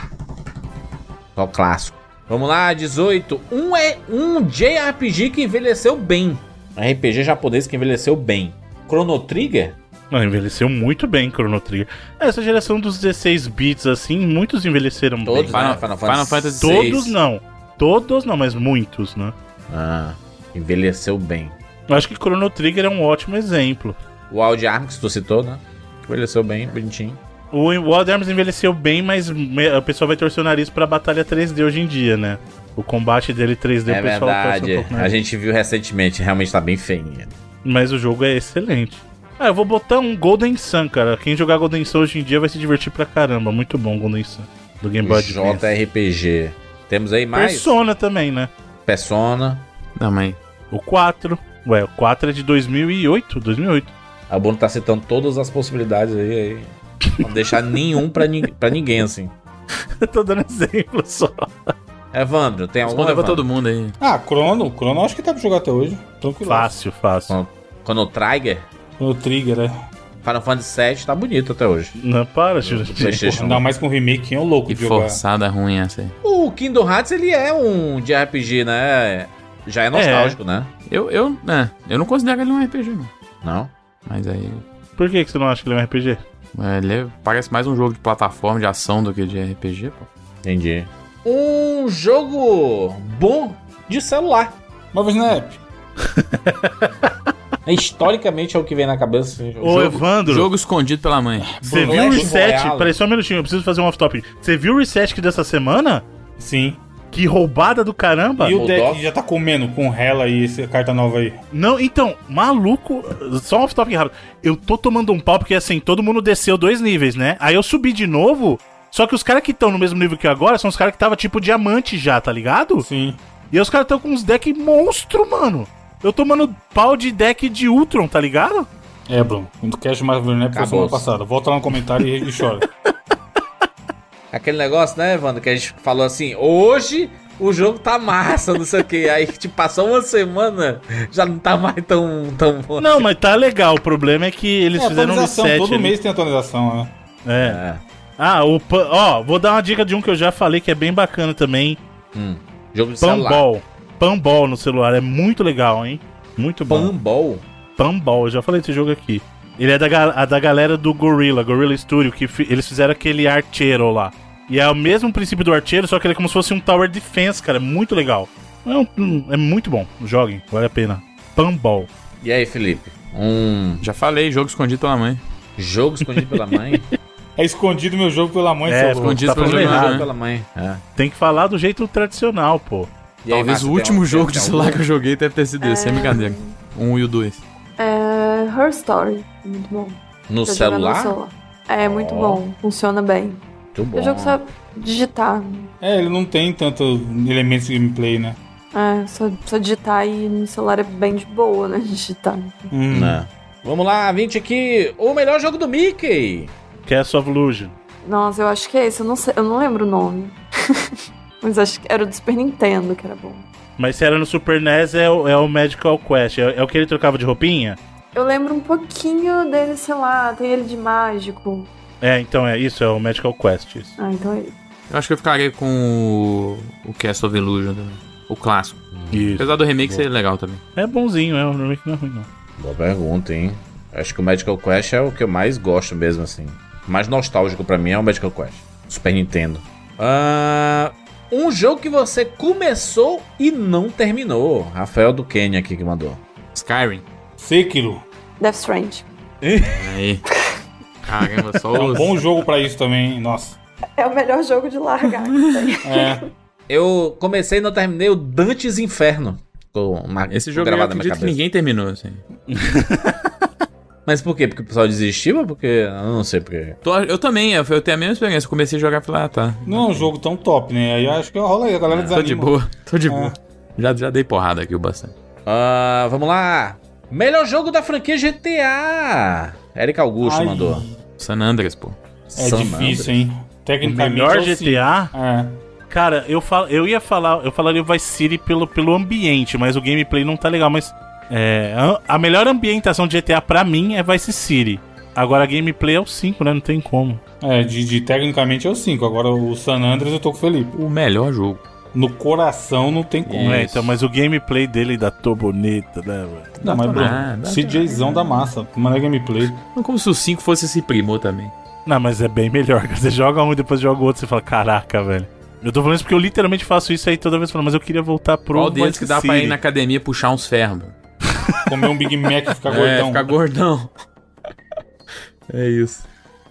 Só o clássico. Vamos lá, 18. Um é um JRPG que envelheceu bem. RPG japonês que envelheceu bem. Chrono Trigger? Não, envelheceu muito bem Chrono Trigger. Essa geração dos 16 bits, assim, muitos envelheceram Todos, bem. né? Final, Final Final, Fantasy Fantasy Todos VI. não. Todos não, mas muitos, né? Ah, envelheceu bem. Eu acho que Chrono Trigger é um ótimo exemplo. O Wild Arms que tu citou, né? Envelheceu bem, bonitinho. O Wild Arms envelheceu bem, mas me- o pessoal vai torcer o nariz pra batalha 3D hoje em dia, né? O combate dele 3D, é o pessoal verdade. torce um pouco, né? A gente viu recentemente, realmente tá bem feinha. Mas o jogo é excelente. Ah, eu vou botar um Golden Sun, cara. Quem jogar Golden Sun hoje em dia vai se divertir pra caramba. Muito bom Golden Sun. Do Game Boy Advance. JRPG. Temos aí mais Persona também, né? Persona. Não, mas Então, O 4. Ué, o 4 é de 2008, 2008. A Bruno tá citando todas as possibilidades aí. aí. Não deixar nenhum pra, ni pra ninguém, assim. Eu tô dando exemplo só. Evandro, tem algum respondeu pra Evandro? todo mundo aí. Ah, Chrono, Chrono acho que tá pra jogar até hoje. Tranquilo. Fácil, fácil. Quando o Trigger, No Trigger, é. Final Fantasy VII tá bonito até hoje. Não, para, Do Jurandir. PlayStation. Ainda mais com o remake, é um louco Que é de jogar. forçada ruim essa aí. O Kingdom Hearts, ele é um de RPG, né? Já é nostálgico, né? Eu, eu, né, eu não considero ele um RPG, não. Não? Mas aí. Por que, que você não acha que ele é um RPG? Ele é- parece mais um jogo de plataforma, de ação do que de RPG, pô. Entendi. Um jogo bom de celular. Marvel Snap. É, Historicamente é o que vem na cabeça. assim, jogo. Ô, Evandro, Jogo escondido pela mãe. você viu o Clash reset? Royale. Peraí, só um minutinho, eu preciso fazer um off-topic. Você viu o reset que dessa semana? Sim. Que roubada do caramba! E o Modoc? deck já tá comendo com Hela e essa carta nova aí. Não, então, maluco, só um off-topic rápido. Eu tô tomando um pau porque assim, todo mundo desceu dois níveis, né? Aí eu subi de novo, só que os caras que estão no mesmo nível que eu agora são os caras que tava tipo diamante já, tá ligado? Sim. E aí os caras estão com uns deck monstro, mano. Eu tomando pau de deck de Ultron, tá ligado? É, Bruno. No cast Marvel Snap foi semana Acabou-se. passada. Volta lá no comentário e, e chora. Aquele negócio, né, Evandro, que a gente falou assim, hoje o jogo tá massa, não sei o quê. Aí, tipo, passou uma semana, já não tá mais tão, tão bom. Não, mas tá legal. O problema é que eles É, fizeram um atualização. reset. Todo ali. mês tem atualização, né? É. É. Ah, o pan... ó, vou dar uma dica de um que eu já falei que é bem bacana também. Jogo de celular. Panball. Panball no celular é muito legal, hein? Muito bom. Panball? Panball, eu já falei desse jogo aqui. Ele é da, ga- a da galera do Gorilla, Gorilla Studio, que fi- eles fizeram aquele archeiro lá. E é o mesmo princípio do archeiro, só que ele é como se fosse um Tower Defense, cara. É muito legal. É, um- um- é muito bom. Joguem, vale a pena. Panball. E aí, Felipe? Um Já falei, jogo escondido pela mãe. jogo escondido pela mããe? É escondido meu jogo pela mãe, É, seu louco. Escondido tá pela falando mãe. errado. Um Pela mãe. É. Tem que falar do jeito tradicional, pô. E aí, Talvez Márcio, o tem último um- jogo de tem um- celular que eu joguei deve ter sido esse, sem brincadeira. Um e o dois. É. Her Story. É Muito bom. No Tô jogando no celular? É, muito Ó. bom. Funciona bem. Muito bom. O jogo só digitar. É, ele não tem tanto elementos de gameplay, né? É, só, só digitar e no celular é bem de boa, né? Digitar. Hum. Né? Vamos lá, 20 aqui. O melhor jogo do Mickey. Cast of Illusion. Nossa, eu acho que é esse. Eu não, sei- eu não lembro o nome. Mas acho que era o do Super Nintendo que era bom. Mas se era no Super NES, é o, é o Magical Quest. É, é o que ele trocava de roupinha? Eu lembro um pouquinho dele, sei lá, tem ele de mágico. É, então é isso, é o Magical Quest. isso. Ah, então ele. Eu acho que eu ficaria com o, o Cast of Illusion também. O clássico. Isso. Apesar do remake ser legal também. É bonzinho, é. O remake não é ruim, não. Boa pergunta, hein? Acho que o Magical Quest é o que eu mais gosto mesmo, assim. O mais nostálgico pra mim é o Magical Quest. Super Nintendo. Ah, um jogo que você começou e não terminou. Rafael do Quênia aqui que mandou. Skyrim. Sekiro. Death Strange. Aí. Caramba, só É um os... bom jogo pra isso também, hein? nossa. É o melhor jogo de largar É. Eu comecei e não terminei o Dantes Inferno. Ficou mar- Esse ficou jogo eu gravado na minha acredito que cabeça. ninguém terminou, assim. Mas por quê? Porque o pessoal desistiu ou porque... Eu não sei porque... Tô- eu também, eu, eu tenho a mesma experiência. Eu comecei a jogar e falei, ah, tá. Não é um jogo tão top, né? Aí eu acho que rola aí, a galera Tô desanima. de boa, tô de É. boa. Já, já dei porrada aqui o bastante. Ah, vamos lá. Melhor jogo da franquia GTA. Eric Augusto Ai, mandou. San Andreas, pô. É difícil, hein? O Tecnicamente. melhor eu Então, sim. GTA? É. Cara, eu, fal, eu ia falar, eu falaria o Vice City pelo, pelo ambiente, mas o gameplay não tá legal, mas. É, a- a melhor ambientação de GTA pra mim é Vice City. Agora a gameplay é o 5, né? Não tem como. É, de, de tecnicamente é o 5. Agora o San Andreas eu tô com o Felipe. O melhor jogo. No coração não tem como. Isso. É, então, mas o gameplay dele da tô bonita, né, velho? Não, mas Bruno, nada, dá CJzão da massa. Mano, é gameplay. Não como se o 5 fosse esse primo também. Não, mas é bem melhor. cara. Você joga um e depois joga o outro, você fala, caraca, velho. Eu tô falando isso porque eu literalmente faço isso aí toda vez falando, mas eu queria voltar pro Qual deles Vice que dá pra City. ir na academia puxar uns ferros? meu? Comer um Big Mac e ficar gordão. É, ficar gordão. é isso.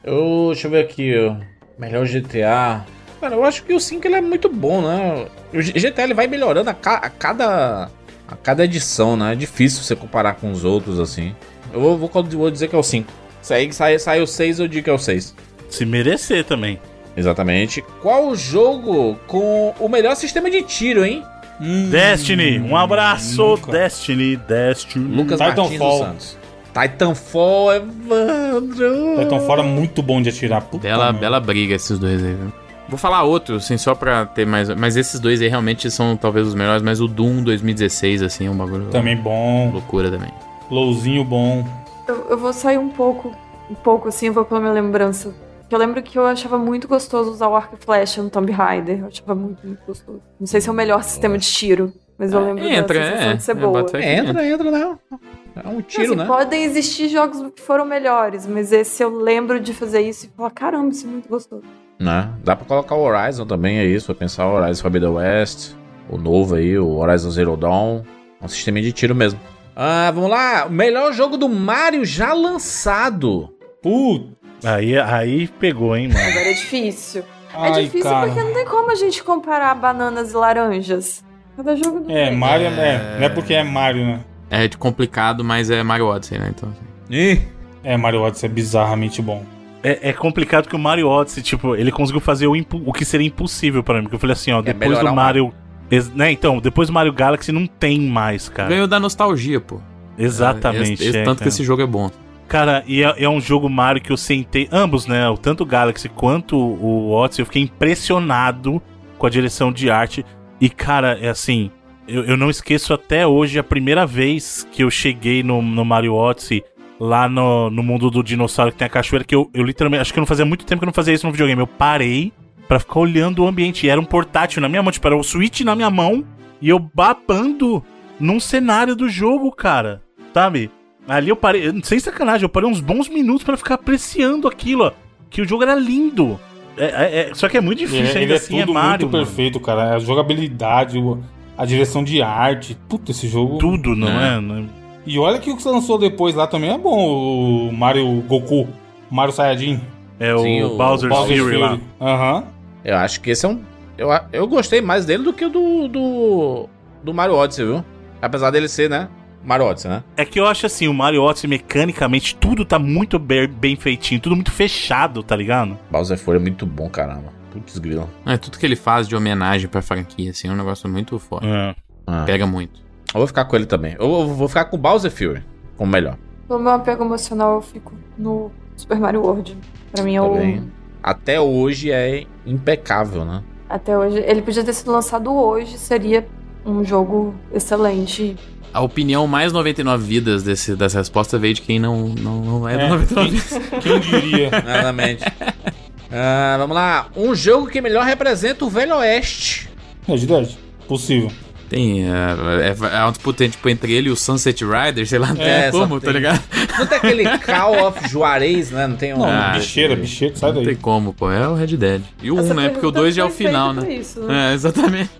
Eu, deixa eu ver aqui. ó. Melhor GTA. Cara, eu acho que o 5 ele é muito bom, né? O G- GTA ele vai melhorando a, ca- a cada a cada edição, né? É difícil você comparar com os outros assim. Eu vou, vou- vou dizer que é o 5. Se aí sai, sai o 6, eu digo que é o 6. Se merecer também. Exatamente. Qual o jogo com o melhor sistema de tiro, hein? Hum, Destiny, um abraço, nunca. Destiny, Destiny. Lucas Martins dos Hum, Titanfall. Santos. Titanfall, Evandro. Titanfall é muito Tá bom de atirar. Puta Bela, merda. bela briga esses dois aí, viu? Vou falar outro, assim, só pra ter mais. Mas esses dois aí realmente são talvez os melhores, mas o Doom 2016, assim, é um bagulho. Também bom. Loucura também. Lowzinho bom. Eu, eu vou sair um pouco, um pouco assim, eu vou pela minha lembrança. Que Eu lembro que eu achava muito gostoso usar o arco e flecha no Tomb Raider. Eu achava muito, muito gostoso. Não sei se é o melhor sistema de tiro, Mas eu lembro Entra, da sensação é. de ser Eu boa. boto fé que Entra, entra, né? É um Assim, tiro, né? Podem existir jogos que foram melhores, mas esse eu lembro de fazer isso e falar, caramba, isso é muito gostoso. né? Dá pra colocar o Horizon também, é isso. Vai pensar o Horizon Forbidden West, o novo aí, o Horizon Zero Dawn. Um sistema de tiro mesmo. Ah, vamos lá. O Melhor jogo do Mario já lançado. Puta. Aí, aí pegou, hein, mano. Agora é difícil. é Ai, difícil cara. porque não tem como a gente comparar bananas e laranjas. Cada jogo do É, Mario é... Não é porque é Mario, né? É de complicado, mas é Mario Odyssey, né? Então. Ih, É, Mario Odyssey é bizarramente bom. É, é complicado que o Mario Odyssey, tipo, ele conseguiu fazer o, impo- o que seria impossível pra mim. Porque eu falei É assim, ó, depois melhorar do o Mario. Ex- Né, então, depois do Mario Galaxy não tem mais, cara. Ganhou da nostalgia, pô. Exatamente. Esse- esse é, tanto que cara. esse jogo é bom. Cara, e é, é um jogo Mario que eu sentei. Ambos, né? o Tanto o Galaxy quanto o Odyssey, eu fiquei impressionado com a direção de arte. E, cara, é assim. Eu, eu não esqueço até hoje a primeira vez que eu cheguei no, no Mario Odyssey lá no, no mundo do dinossauro que tem a cachoeira, que eu, eu literalmente. Acho que eu não fazia muito tempo que eu não fazia isso no videogame. Eu parei pra ficar olhando o ambiente. E era um portátil na minha mão, tipo, era o Switch na minha mão e eu babando num cenário do jogo, cara. Sabe? Ali eu parei, eu- sem sacanagem, eu parei uns bons minutos pra ficar apreciando aquilo, ó. Que o jogo era lindo. É- é- é- só que é muito difícil, Ele, ainda ele é assim é, tudo Mario. muito mano. perfeito, cara. A jogabilidade, o- a direção de arte. Puta, esse jogo. Tudo, não é? Não- E olha que o que você lançou depois lá também é bom. O Mario Goku, Mario Saiyajin, É o, Sim, o Bowser, Bowser Fury lá. Fury. Aham. eu acho que esse é um. Eu, a- eu gostei mais dele do que o do, do. do Mario Odyssey, viu? Apesar dele ser, né? Mario Odyssey, né? É que eu acho assim, o Mario Odyssey mecanicamente, tudo tá muito be- bem feitinho, tudo muito fechado, tá ligado? Bowser Fury é muito bom, caramba. Putz, grila. É tudo que ele faz de homenagem pra franquia, assim, é um negócio muito forte. É. Ah, Pega muito. eu vou ficar com ele também. Eu, eu vou ficar com o Bowser Fury como melhor. No meu apego emocional, eu fico no Super Mario World. Pra mim é o. Também. Até hoje é impecável, né? Até hoje. Ele podia ter sido lançado hoje, seria um jogo excelente. A opinião mais 99 vidas desse, dessa resposta veio de quem não, não, não é, do É. 99 vidas. Quem diria? Exatamente. Ah, vamos lá. Um jogo que melhor representa o Velho Oeste. É de verdade. Possível. Tem. É, é, é uma disputa tipo, entre ele e o Sunset Rider, sei lá, não É, tem como, só tá tem. ligado? Não tem aquele Call of Juarez, né? Não tem um. Não, Ah, bicheira, sim. bicheira, sai Não tem daí. como, pô. É o Red Dead. E o Essa 1, né? Porque o pergunta 2 já é o foi feita final, pra né? Isso, né? É, exatamente.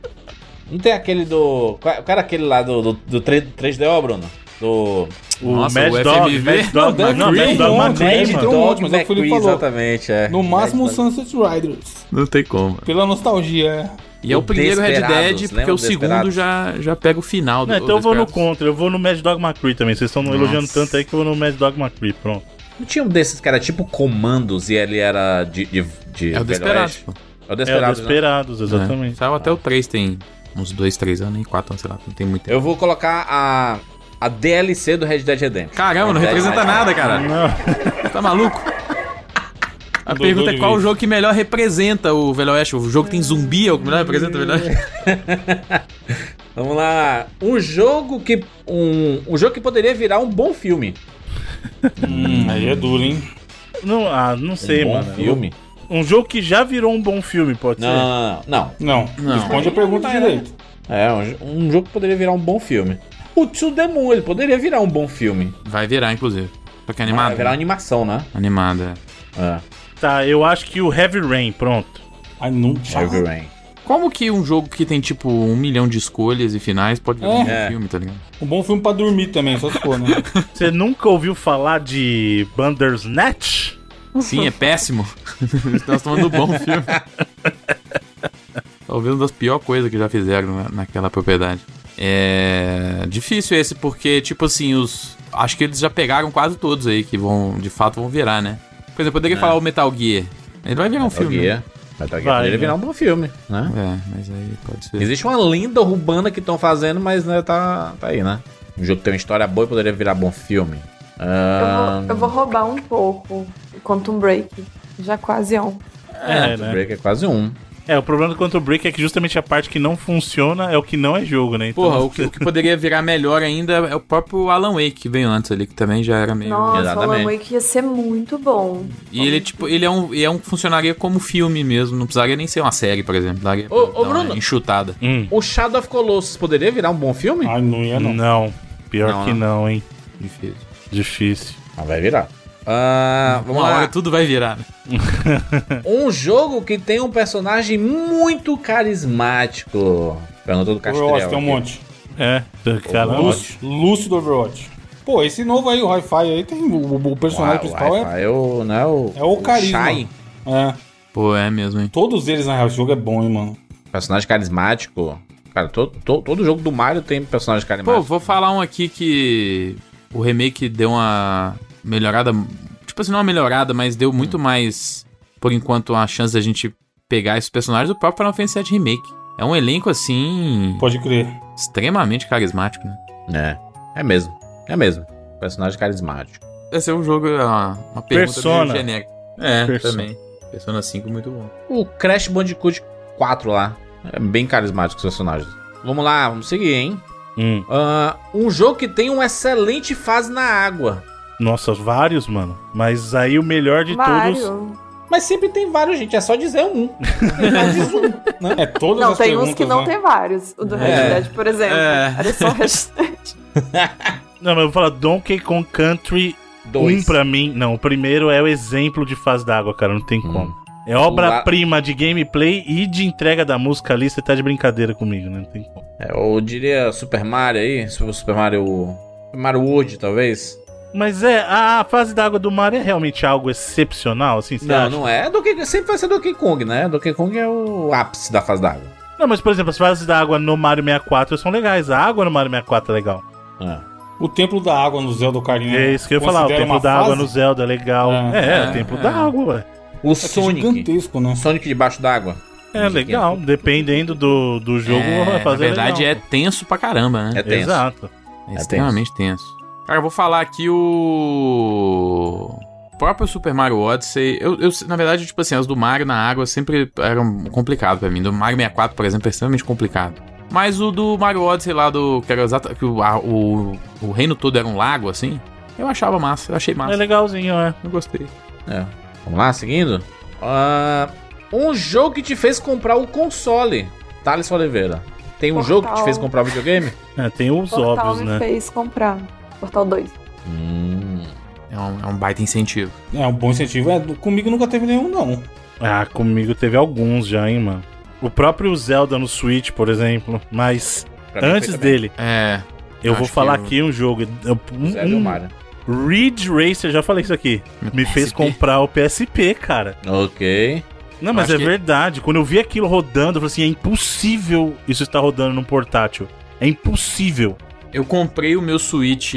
Não tem aquele do. Qual qual era aquele lá do, do, do 3, 3DO, Bruno? Do. O Nossa, Mad o Dog, FMV. Mad Dog, não, Não, não, Dog Mad Dog Mad McCree, Dog. mano. Dog. mas é o que o Felipe falou. exatamente, é. No máximo Mad Dog. Sunset Riders. Não tem como. Pela nostalgia. E é o O primeiro Red Desperados, Dead, porque lembra o do segundo Desperados? já, já pega o final Não, do então eu vou no Desperados. contra, eu vou no Mad Dog McCree também. Vocês estão elogiando Nossa. tanto aí que eu vou no Mad Dog McCree, pronto. Não tinha um desses que era tipo comandos e ele era de. de, de É o Velho Desperados, Oeste? pô. É o É o Desperados. né? Desperados, É. exatamente. Saiu até o 3, tem uns 2, 3 anos, nem 4 anos, sei lá, não tem muito tempo. Eu vou colocar a. A DLC do Red Dead Redemption. Caramba, não Red Dead representa Redemption. nada, cara. Não. Tá maluco? A Mudou pergunta é de qual vez. jogo que melhor representa o Velho Oeste? O jogo que tem zumbi é o que melhor representa o Velho Oeste? Vamos lá. Um jogo que. Um, um jogo que poderia virar um bom filme. Hum, aí é duro, hein? Não, ah, não sei, um bom mano. filme? Um jogo que já virou um bom filme, pode Não, não, ser? não, não. Não, Não. responde a pergunta direito. É, um, jo- um jogo que poderia virar um bom filme. O To The Moon, ele poderia virar um bom filme. Vai virar, inclusive. Só que é Vai animado. virar uma né? animação, né? Animado, é. É. Tá, eu acho que o Heavy Rain, pronto. Ai, não. chato. Heavy Rain. Como que um jogo que tem, tipo, um milhão de escolhas e finais pode virar um É. filme, tá ligado? Um bom filme pra dormir também, só se for, né? Você nunca ouviu falar de Bandersnatch? Sim, é péssimo. Nós estamos no bom filme. Talvez uma das piores coisas que já fizeram na- naquela propriedade. É. Difícil esse, porque, tipo assim, os. Acho que eles já pegaram quase todos aí que vão, de fato, vão virar, né? Por exemplo, eu poderia falar o Metal Gear. Ele vai virar um É. Metal filme. Gear. Metal Gear Vai, poderia né? virar um bom filme, né? né? É, mas aí pode ser. Existe uma lenda urbana que estão fazendo, mas né, tá, tá aí, né? Um jogo que tem uma história boa e poderia virar bom filme. Ah, Eu, vou, eu vou roubar um pouco o Quantum Break. Já quase é um. É, né? Break é quase um. É, o problema do Quantum Break é que justamente a parte que não funciona é o que não é jogo, né? Então, Porra, o que, o que poderia virar melhor ainda é o próprio Alan Wake que veio antes ali, que também já era meio. Nossa, o Alan Exatamente. Wake ia ser muito bom. E ele, tipo, ele é um. Ele é um funcionaria como filme mesmo. Não precisaria nem ser uma série, por exemplo. Daria pra Ô, ô, dar uma Bruno. enxutada. Hum, O Shadow of Colossus poderia virar um bom filme? Ah, não ia não. não. Pior Não, né? que não, hein? Difícil. Difícil. Ah, vai virar. Ah, vamos Uma hora lá. tudo vai virar. né? Um jogo que tem um personagem muito carismático. Pergunta do Castrel. Overwatch tem um aqui. monte. É, caramba. Lúcio, Lúcio do Overwatch. Pô, esse novo aí, o Hi-Fi aí, tem o, o- o Ah, personagem Uau, principal é, Wi-Fi, o, né, o, é o carisma. Shai. é. Pô, é mesmo, hein? Todos eles, na real, esse jogo é bom, hein, mano. Personagem carismático. Cara, todo, todo, todo jogo do Mario tem personagem Pô, carismático. vou falar um aqui que o remake deu uma melhorada, tipo assim, não uma melhorada, mas deu muito mais, por enquanto, a chance da gente pegar esses personagens do próprio Final Fantasy VII Remake. É um elenco, assim, Pode crer. extremamente carismático, né? É, é mesmo. É mesmo. Personagem carismático. Esse é um jogo, uma, uma pergunta Persona. meio genérica. É, Persona. também. Persona 5, muito bom. O Crash Bandicoot 4 lá. É bem carismático os personagens. Vamos lá, vamos seguir, hein? Hum. Ah, um jogo que tem uma excelente fase na água. Nossa, vários, mano. Mas aí o melhor de todos. Mario. Mas sempre tem vários, gente. É só dizer um. Né? É todas Não, as tem perguntas, uns que não né? tem vários. O do Red É. Dead, por exemplo. É. Era só hashtag. Não, mas eu vou falar Donkey Kong Country Um pra mim, não, o primeiro é o exemplo de fase d'água, cara, não tem Hum. como. É obra-prima de gameplay e de entrega da música ali, você tá de brincadeira comigo, né? Não tem como. É, eu diria Super Mario aí. Super Super Mario. Super Mario World, talvez. Mas é, a a fase d'água do Mario é realmente algo excepcional, assim, você Não, acha? não é. Donkey, sempre vai ser Donkey Kong, né? Donkey Kong é o ápice da fase d'água. Não, mas por exemplo, as fases d'água no Mario 64 são legais, a água no Mario 64 é legal. É. O templo da água no Zelda Ocarina. É isso que eu ia falar, o considera templo uma da água fase? no Zelda é legal. É. É, É, o templo é. da água, ué. O É que é Sonic. gigantesco, né? Sonic debaixo d'água. É legal, dependendo do, do jogo, vai é, na fazer verdade, legal. é tenso pra caramba, né? É tenso. Exato. É extremamente tenso. Cara, eu vou falar aqui o. o próprio Super Mario Odyssey. Eu, eu, na verdade, tipo assim, as do Mario na água sempre eram complicado pra mim. Do Mario 64, por exemplo, é extremamente complicado. Mas o do Mario Odyssey lá do. Que era exato. Que o, a- o, o reino todo era um lago, assim. Eu achava massa, eu achei massa. É legalzinho, é. Eu gostei. Vamos lá, seguindo. Ah, um jogo que te fez comprar o console. Thales Oliveira. Tem um Portal. jogo que te fez comprar o videogame? É, tem os Portal óbvios, me né? fez comprar. Portal 2. Hum. É um, é um baita incentivo. É um bom incentivo. É, comigo nunca teve nenhum, não. Ah, comigo teve alguns já, hein, mano. O próprio Zelda no Switch, por exemplo. Mas Pra mim antes foi também. dele, É. eu Acho vou falar que eu- aqui um jogo. Um, Zero e o um- Mario. Ridge Racer, já falei isso aqui. Me fez PSP. comprar o PSP, cara. Ok. Não, mas acho é que- verdade. Quando eu vi aquilo rodando, eu falei assim: é impossível isso estar rodando num portátil. É impossível. Eu comprei o meu Switch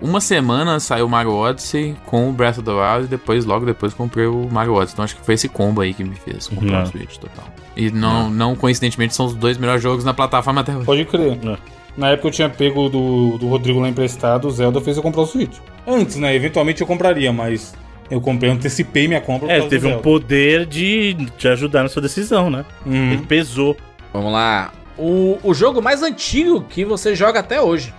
uma semana, saiu o Mario Odyssey com o Breath of the Wild e depois, logo depois, comprei o Mario Odyssey. Então acho que foi esse combo aí que me fez comprar Não. o Switch total. E não, não coincidentemente são os dois melhores jogos na plataforma até hoje. Pode crer. É. Na época eu tinha pego do, do Rodrigo lá emprestado, o Zelda fez eu comprar o Switch. Antes, né? Eventualmente eu compraria, mas eu comprei, antecipei minha compra. por É, causa teve do um Zelda. poder de te ajudar na sua decisão, né? Ele Uhum. Hum. pesou. Vamos lá. O, o jogo mais antigo que você joga até hoje.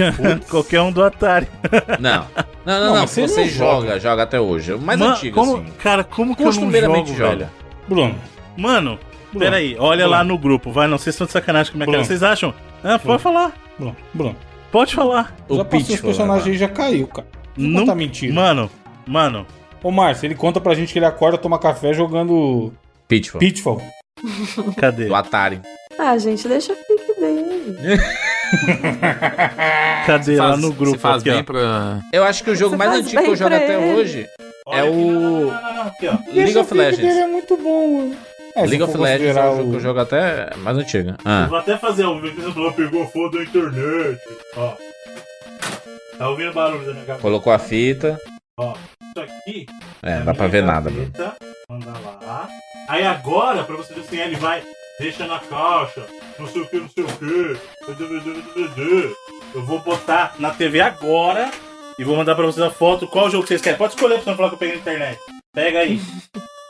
Qualquer um do Atari. Não. Não, não, Não, não. mas você você não joga, joga. joga, até hoje. O mais Mano, antigo, como, assim. Cara, como que eu não jogo, Costumeiramente velho? joga. Bruno, Mano, peraí, olha Bruno. lá no grupo, vai, não, vocês estão de sacanagem com a minha Bruno. cara, vocês acham? Ah, pode Bruno. falar, Bruno, Bruno. pode falar. já O passou os Pitch. personagens aí, já caiu, cara. Não Não- conta mentira. Mano, mano, Ô, Márcio, ele conta pra gente que ele acorda, toma café jogando Pitfall. Pitfall. cadê? Do Atari. Ah, gente, deixa eu fique dele. Cadê lá no grupo? se faz aqui, bem ó. pra... Eu acho que o jogo Você mais faz antigo que bem eu jogo pra até ele. hoje é Olha aqui, o- não, não, não, não, não, aqui, ó. League Deixa of o pique Legends. dele é muito bom, mano. É, se League for of Legends é considerar o jogo que eu jogo até mais antigo. Ah. Vou até fazer o vídeo falou, pegou foda da internet. Ó. Tá ouvindo barulho da minha cabeça? Colocou a fita. Ó. Isso aqui. É, não dá pra ver nada, Bruno. Bruno. Manda lá. Aí agora, pra você ver se ele vai, deixa na caixa, não sei o que, não sei o que. Eu vou botar na TV agora e vou mandar pra vocês a foto. Qual jogo que vocês querem? Pode escolher pra você não falar que eu peguei na internet. Pega aí.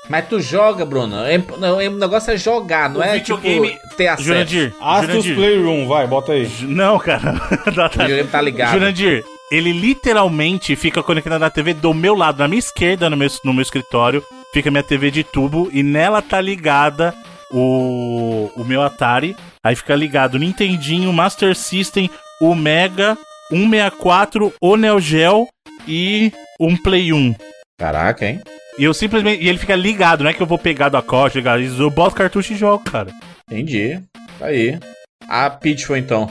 Mas tu joga, Bruno. É- não, é- o negócio é jogar, não O é videogame- tipo ter acesso. Jurandir. Astros Jurandir. Playroom, vai, bota aí. Ju- Não, cara. Dá- O dá- videogame tá ligado. Jurandir, ele literalmente fica conectado na TV do meu lado, na minha esquerda, no meu, no meu escritório, fica minha TV de tubo e nela tá ligada o, o meu Atari. Aí fica ligado o Nintendinho, Master System, um o Mega, 164, o Neo Geo e um Play 1. Caraca, hein? E eu simplesmente. E ele fica ligado, não é que eu vou pegar do acorde, ligado, eu boto cartucho e jogo, cara. Entendi. Tá aí. A Pitfall, então.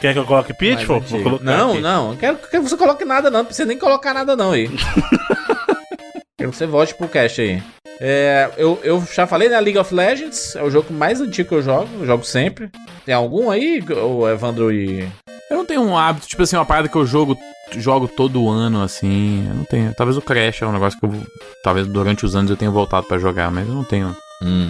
Quer que eu coloque Pitfall? Mais Vou antiga. colocar Não, aqui. não. Eu quero que você coloque nada, não. Não precisa nem colocar nada, não aí. quero que você volte pro cast aí. É, eu, eu já falei, né? League of Legends é o jogo mais antigo que eu jogo. Eu jogo sempre. Tem algum aí, o Evandro e. Eu não tenho um hábito, tipo assim, uma parada que eu jogo jogo todo ano, assim. Eu não tenho. Talvez o Crash é um negócio que eu. Talvez durante os anos eu tenha voltado pra jogar, mas eu não tenho.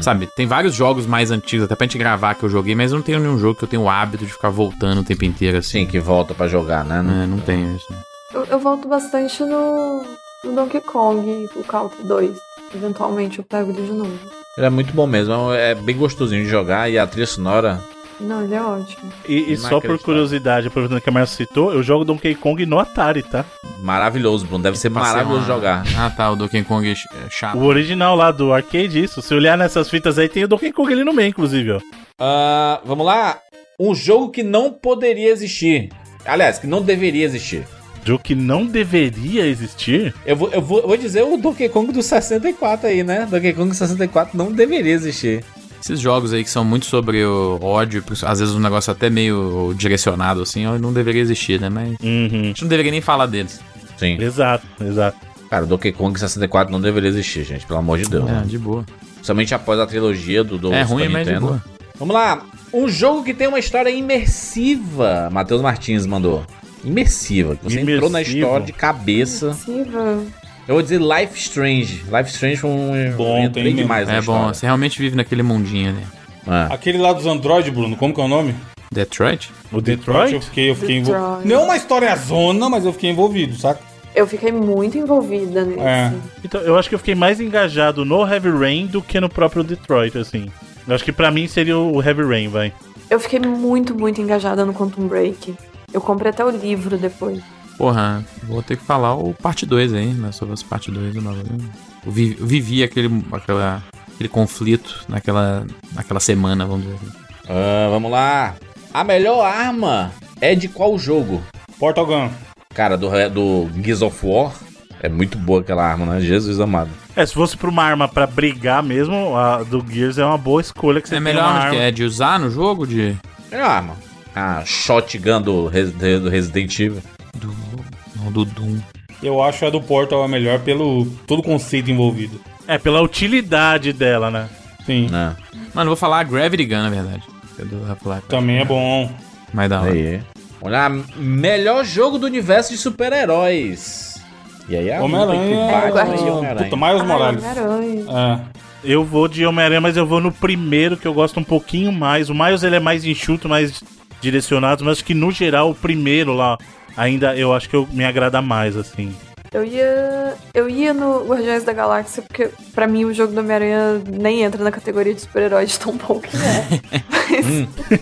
Sabe, tem vários jogos mais antigos, até pra gente gravar que eu joguei, mas eu não tenho nenhum jogo que eu tenho o hábito de ficar voltando o tempo inteiro, assim. Sim, que volta pra jogar, né? É, não tenho isso. Eu, eu volto bastante no, no Donkey Kong, o Country 2. Eventualmente eu pego ele de novo. Ele é muito bom mesmo. É bem gostosinho de jogar. E a trilha sonora. Não, ele é ótimo. E, e só por Inacreditável. curiosidade, aproveitando que a Marcia citou, eu jogo Donkey Kong no Atari, tá? Maravilhoso, Bruno. Deve ser Passei maravilhoso uma- jogar. Ah, tá, o Donkey Kong é chato. O original lá do arcade, isso. Se olhar nessas fitas aí, tem o Donkey Kong ali no meio, inclusive, ó. Ah, vamos lá. Um jogo que não poderia existir. Aliás, que não deveria existir. Jogo que não deveria existir. Eu vou, eu vou, eu vou dizer o Donkey Kong do 64 aí, né? Donkey Kong 64 não deveria existir. Esses jogos aí que são muito sobre o ódio, às vezes um negócio até meio direcionado, assim, ó, não deveria existir, né? Mas a Uhum. gente não deveria nem falar deles. Sim. Exato, exato. Cara, o Donkey Kong 64 não deveria existir, gente, pelo amor de Deus. É, de boa. Somente após a trilogia do, do é Super ruim, mas de boa. Vamos lá. Um jogo que tem uma história imersiva. Matheus Martins mandou. Imersiva. que Você entrou na Imersivo. história de cabeça. Possível. Eu vou dizer Life Strange. Life Strange foi um. Bom, eu entrei tem demais na É bom, história. você realmente vive naquele mundinho ali. É. Aquele lá dos Android, Bruno, como que é o nome? Detroit? O Detroit? Eu fiquei, eu fiquei envolvido. Detroit. Não é uma história zona, mas eu fiquei envolvido, saca? Eu fiquei muito envolvida nesse. É. Então, eu acho que eu fiquei mais engajado no Heavy Rain do que no próprio Detroit, assim. Eu acho que pra mim seria o Heavy Rain, vai. Eu fiquei muito, muito engajada no Quantum Break. Eu comprei até o livro depois. Porra, vou ter que falar o parte 2 aí, né? Sobre as parte 2 do bagulho. Eu vi- eu vivi aquele, aquela- aquele conflito naquela, naquela semana, vamos dizer. assim. Ah, vamos lá. A melhor arma é de qual jogo? Portal Gun. Cara, do, do Gears of War. É muito boa aquela arma, né? Jesus amado. É, se fosse pra uma arma pra brigar mesmo, a do Gears é uma boa escolha que É você tem melhor uma arma que arma. é de usar no jogo de. Melhor arma. A shotgun do, Res- do Resident Evil. Do. Não, do Doom. Eu acho a do Portal a melhor pelo todo o conceito envolvido. É, pela utilidade dela, né? Sim, Né? Mano, eu vou falar a Gravity Gun, na verdade. que é do Half-Life. também é bom. Mais da hora. Aí. Olha, lá, melhor jogo do universo de super-heróis. E aí a luta entre Homem-Aranha. Batman e É, Homem-Aranha. Puta, Miles Ai, Morales. Homem-Aranha. É. Eu vou de Homem-Aranha, mas eu vou no primeiro, que eu gosto um pouquinho mais. O Miles, ele é mais enxuto, mais direcionado, mas acho que no geral, o primeiro lá, ainda eu acho que eu, me agrada mais, assim. Eu ia, eu ia no Guardiões da Galáxia, porque pra mim o jogo do Homem-Aranha nem entra na categoria de super-herói de tão bom que é. Mas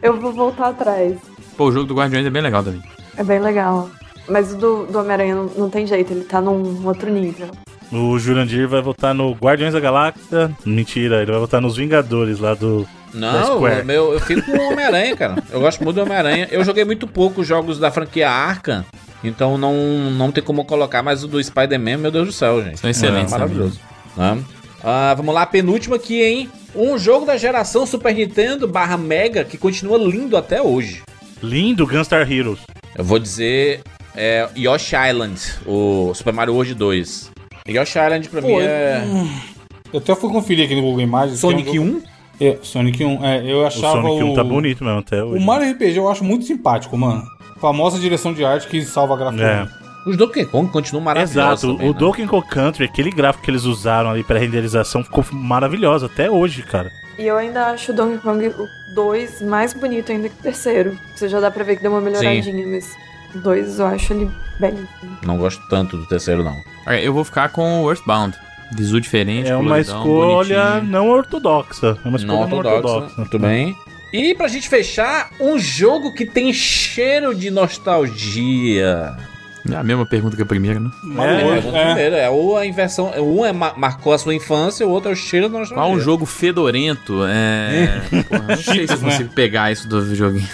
eu vou voltar atrás. Pô, o jogo do Guardiões é bem legal também. É bem legal. Mas o do, do Homem-Aranha não, não tem jeito, ele tá num outro nível. O Jurandir vai votar no Guardiões da Galáxia. Mentira, ele vai votar nos Vingadores lá do. Da Não, Square. o meu, eu fico com o Homem-Aranha, cara. Eu gosto muito do Homem-Aranha. Eu joguei muito pouco jogos da franquia Arkham, então não, não tem como colocar, mas o do Spider-Man, meu Deus do céu, gente. São excelentes É, maravilhoso. né? Ah, vamos lá, penúltima aqui, hein? Um jogo da geração Super Nintendo barra Mega que continua lindo até hoje. Lindo Gunstar Heroes. Eu vou dizer é, Yoshi Island, o Super Mario World 2. Yoshi Island pra mim Pô, é Eu até fui conferir aqui no Google Imagens. Sonic que é um 1. jogo- É, Sonic 1, é, eu O achava Sonic 1 tá bonito mesmo até O hoje. Mario RPG eu acho muito simpático, mano. Famosa direção de arte que salva a É, grafia. Os Donkey Kong continuam maravilhosos. exato. também, o né? Donkey Kong Country, aquele gráfico que eles usaram ali pra renderização, ficou maravilhoso até hoje, cara. E eu ainda acho o Donkey Kong 2 mais bonito ainda que o terceiro. Você já dá pra ver que deu uma melhoradinha, mas o 2 eu acho ele belíssimo. Não gosto tanto do terceiro, não. Ok, eu vou ficar com o Earthbound. Visu diferente, É uma coloridão, escolha bonitinho. não ortodoxa. É uma escolha Não não ortodoxa. ortodoxa. né? Muito bem. E pra gente fechar, um jogo que tem cheiro de nostalgia. É a mesma pergunta que a primeira, né? É, Mas o primeiro é ou a inversão. Um é ma- marcou a sua infância, o outro é o cheiro da nostalgia. Qual um jogo fedorento? É. Porra, não sei se eu consigo pegar isso do videogame.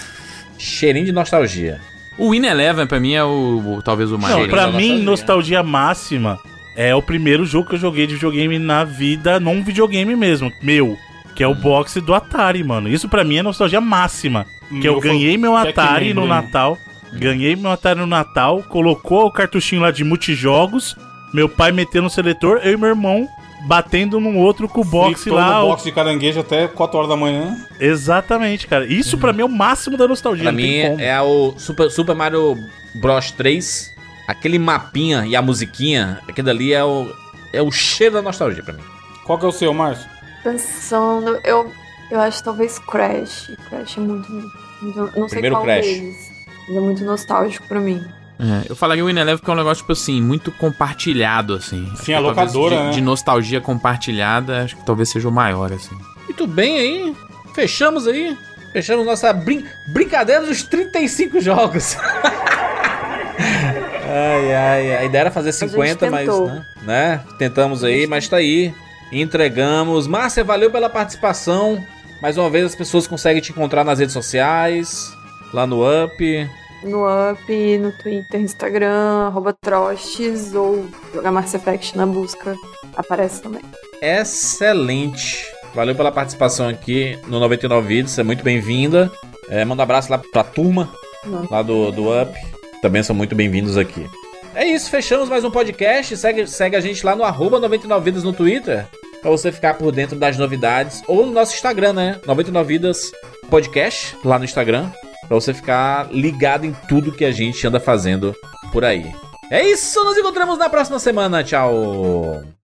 Cheirinho de nostalgia. O Win Eleven, pra mim, é o, o- talvez o mais. Não, Cheirinho pra da mim, nostalgia. nostalgia máxima é o primeiro jogo que eu joguei de videogame na vida, num videogame mesmo, meu. Que é o boxe do Atari, mano. Isso pra mim é nostalgia máxima. Que eu Meu ganhei meu Pac-Man, Atari no né? Natal. Ganhei meu Atari no Natal, colocou o cartuchinho lá de multijogos, meu pai meteu no seletor, eu e meu irmão batendo num outro com o boxe Fritou lá. no o- boxe de caranguejo até 4 horas da manhã. Exatamente, cara. Isso pra mim é o máximo da nostalgia. Pra não mim tem como. é o Super, Super Mario Bros 3. Aquele mapinha e a musiquinha, aquele dali é o, é o cheiro da nostalgia pra mim. Qual que é o seu, Márcio? Pensando, eu, eu acho talvez Crash. Crash é muito. muito não sei Primeiro qual Crash. deles. Mas é muito nostálgico pra mim. É, eu falaria o Ineleve porque é um negócio, tipo assim, muito compartilhado, assim. Acho que a talvez locadora, de, né? de nostalgia compartilhada, acho que talvez seja o maior, assim. Muito bem aí. Fechamos aí. Fechamos nossa brin- brincadeira dos 35 jogos. ai, ai, ai. A ideia era fazer gente 50, mas. tentou. Né, né? Tentamos aí, mas tá aí. Entregamos. Márcia, valeu pela participação. Mais uma vez, as pessoas conseguem te encontrar nas redes sociais, lá no Up. No Up, no Twitter, Instagram, arroba Trostes ou jogar Mass Effect na busca. Aparece também. Excelente. Valeu pela participação aqui no 99 Vídeos. Você é muito bem-vinda. É, manda um abraço lá pra turma. lá do, do Up. Também são muito bem-vindos aqui. É isso, fechamos mais um podcast. Segue, segue a gente lá no arroba 99vidas no Twitter, pra você ficar por dentro das novidades. Ou no nosso Instagram, né? 99vidas podcast, lá no Instagram, pra você ficar ligado em tudo que a gente anda fazendo por aí. É isso, nos encontramos na próxima semana. Tchau!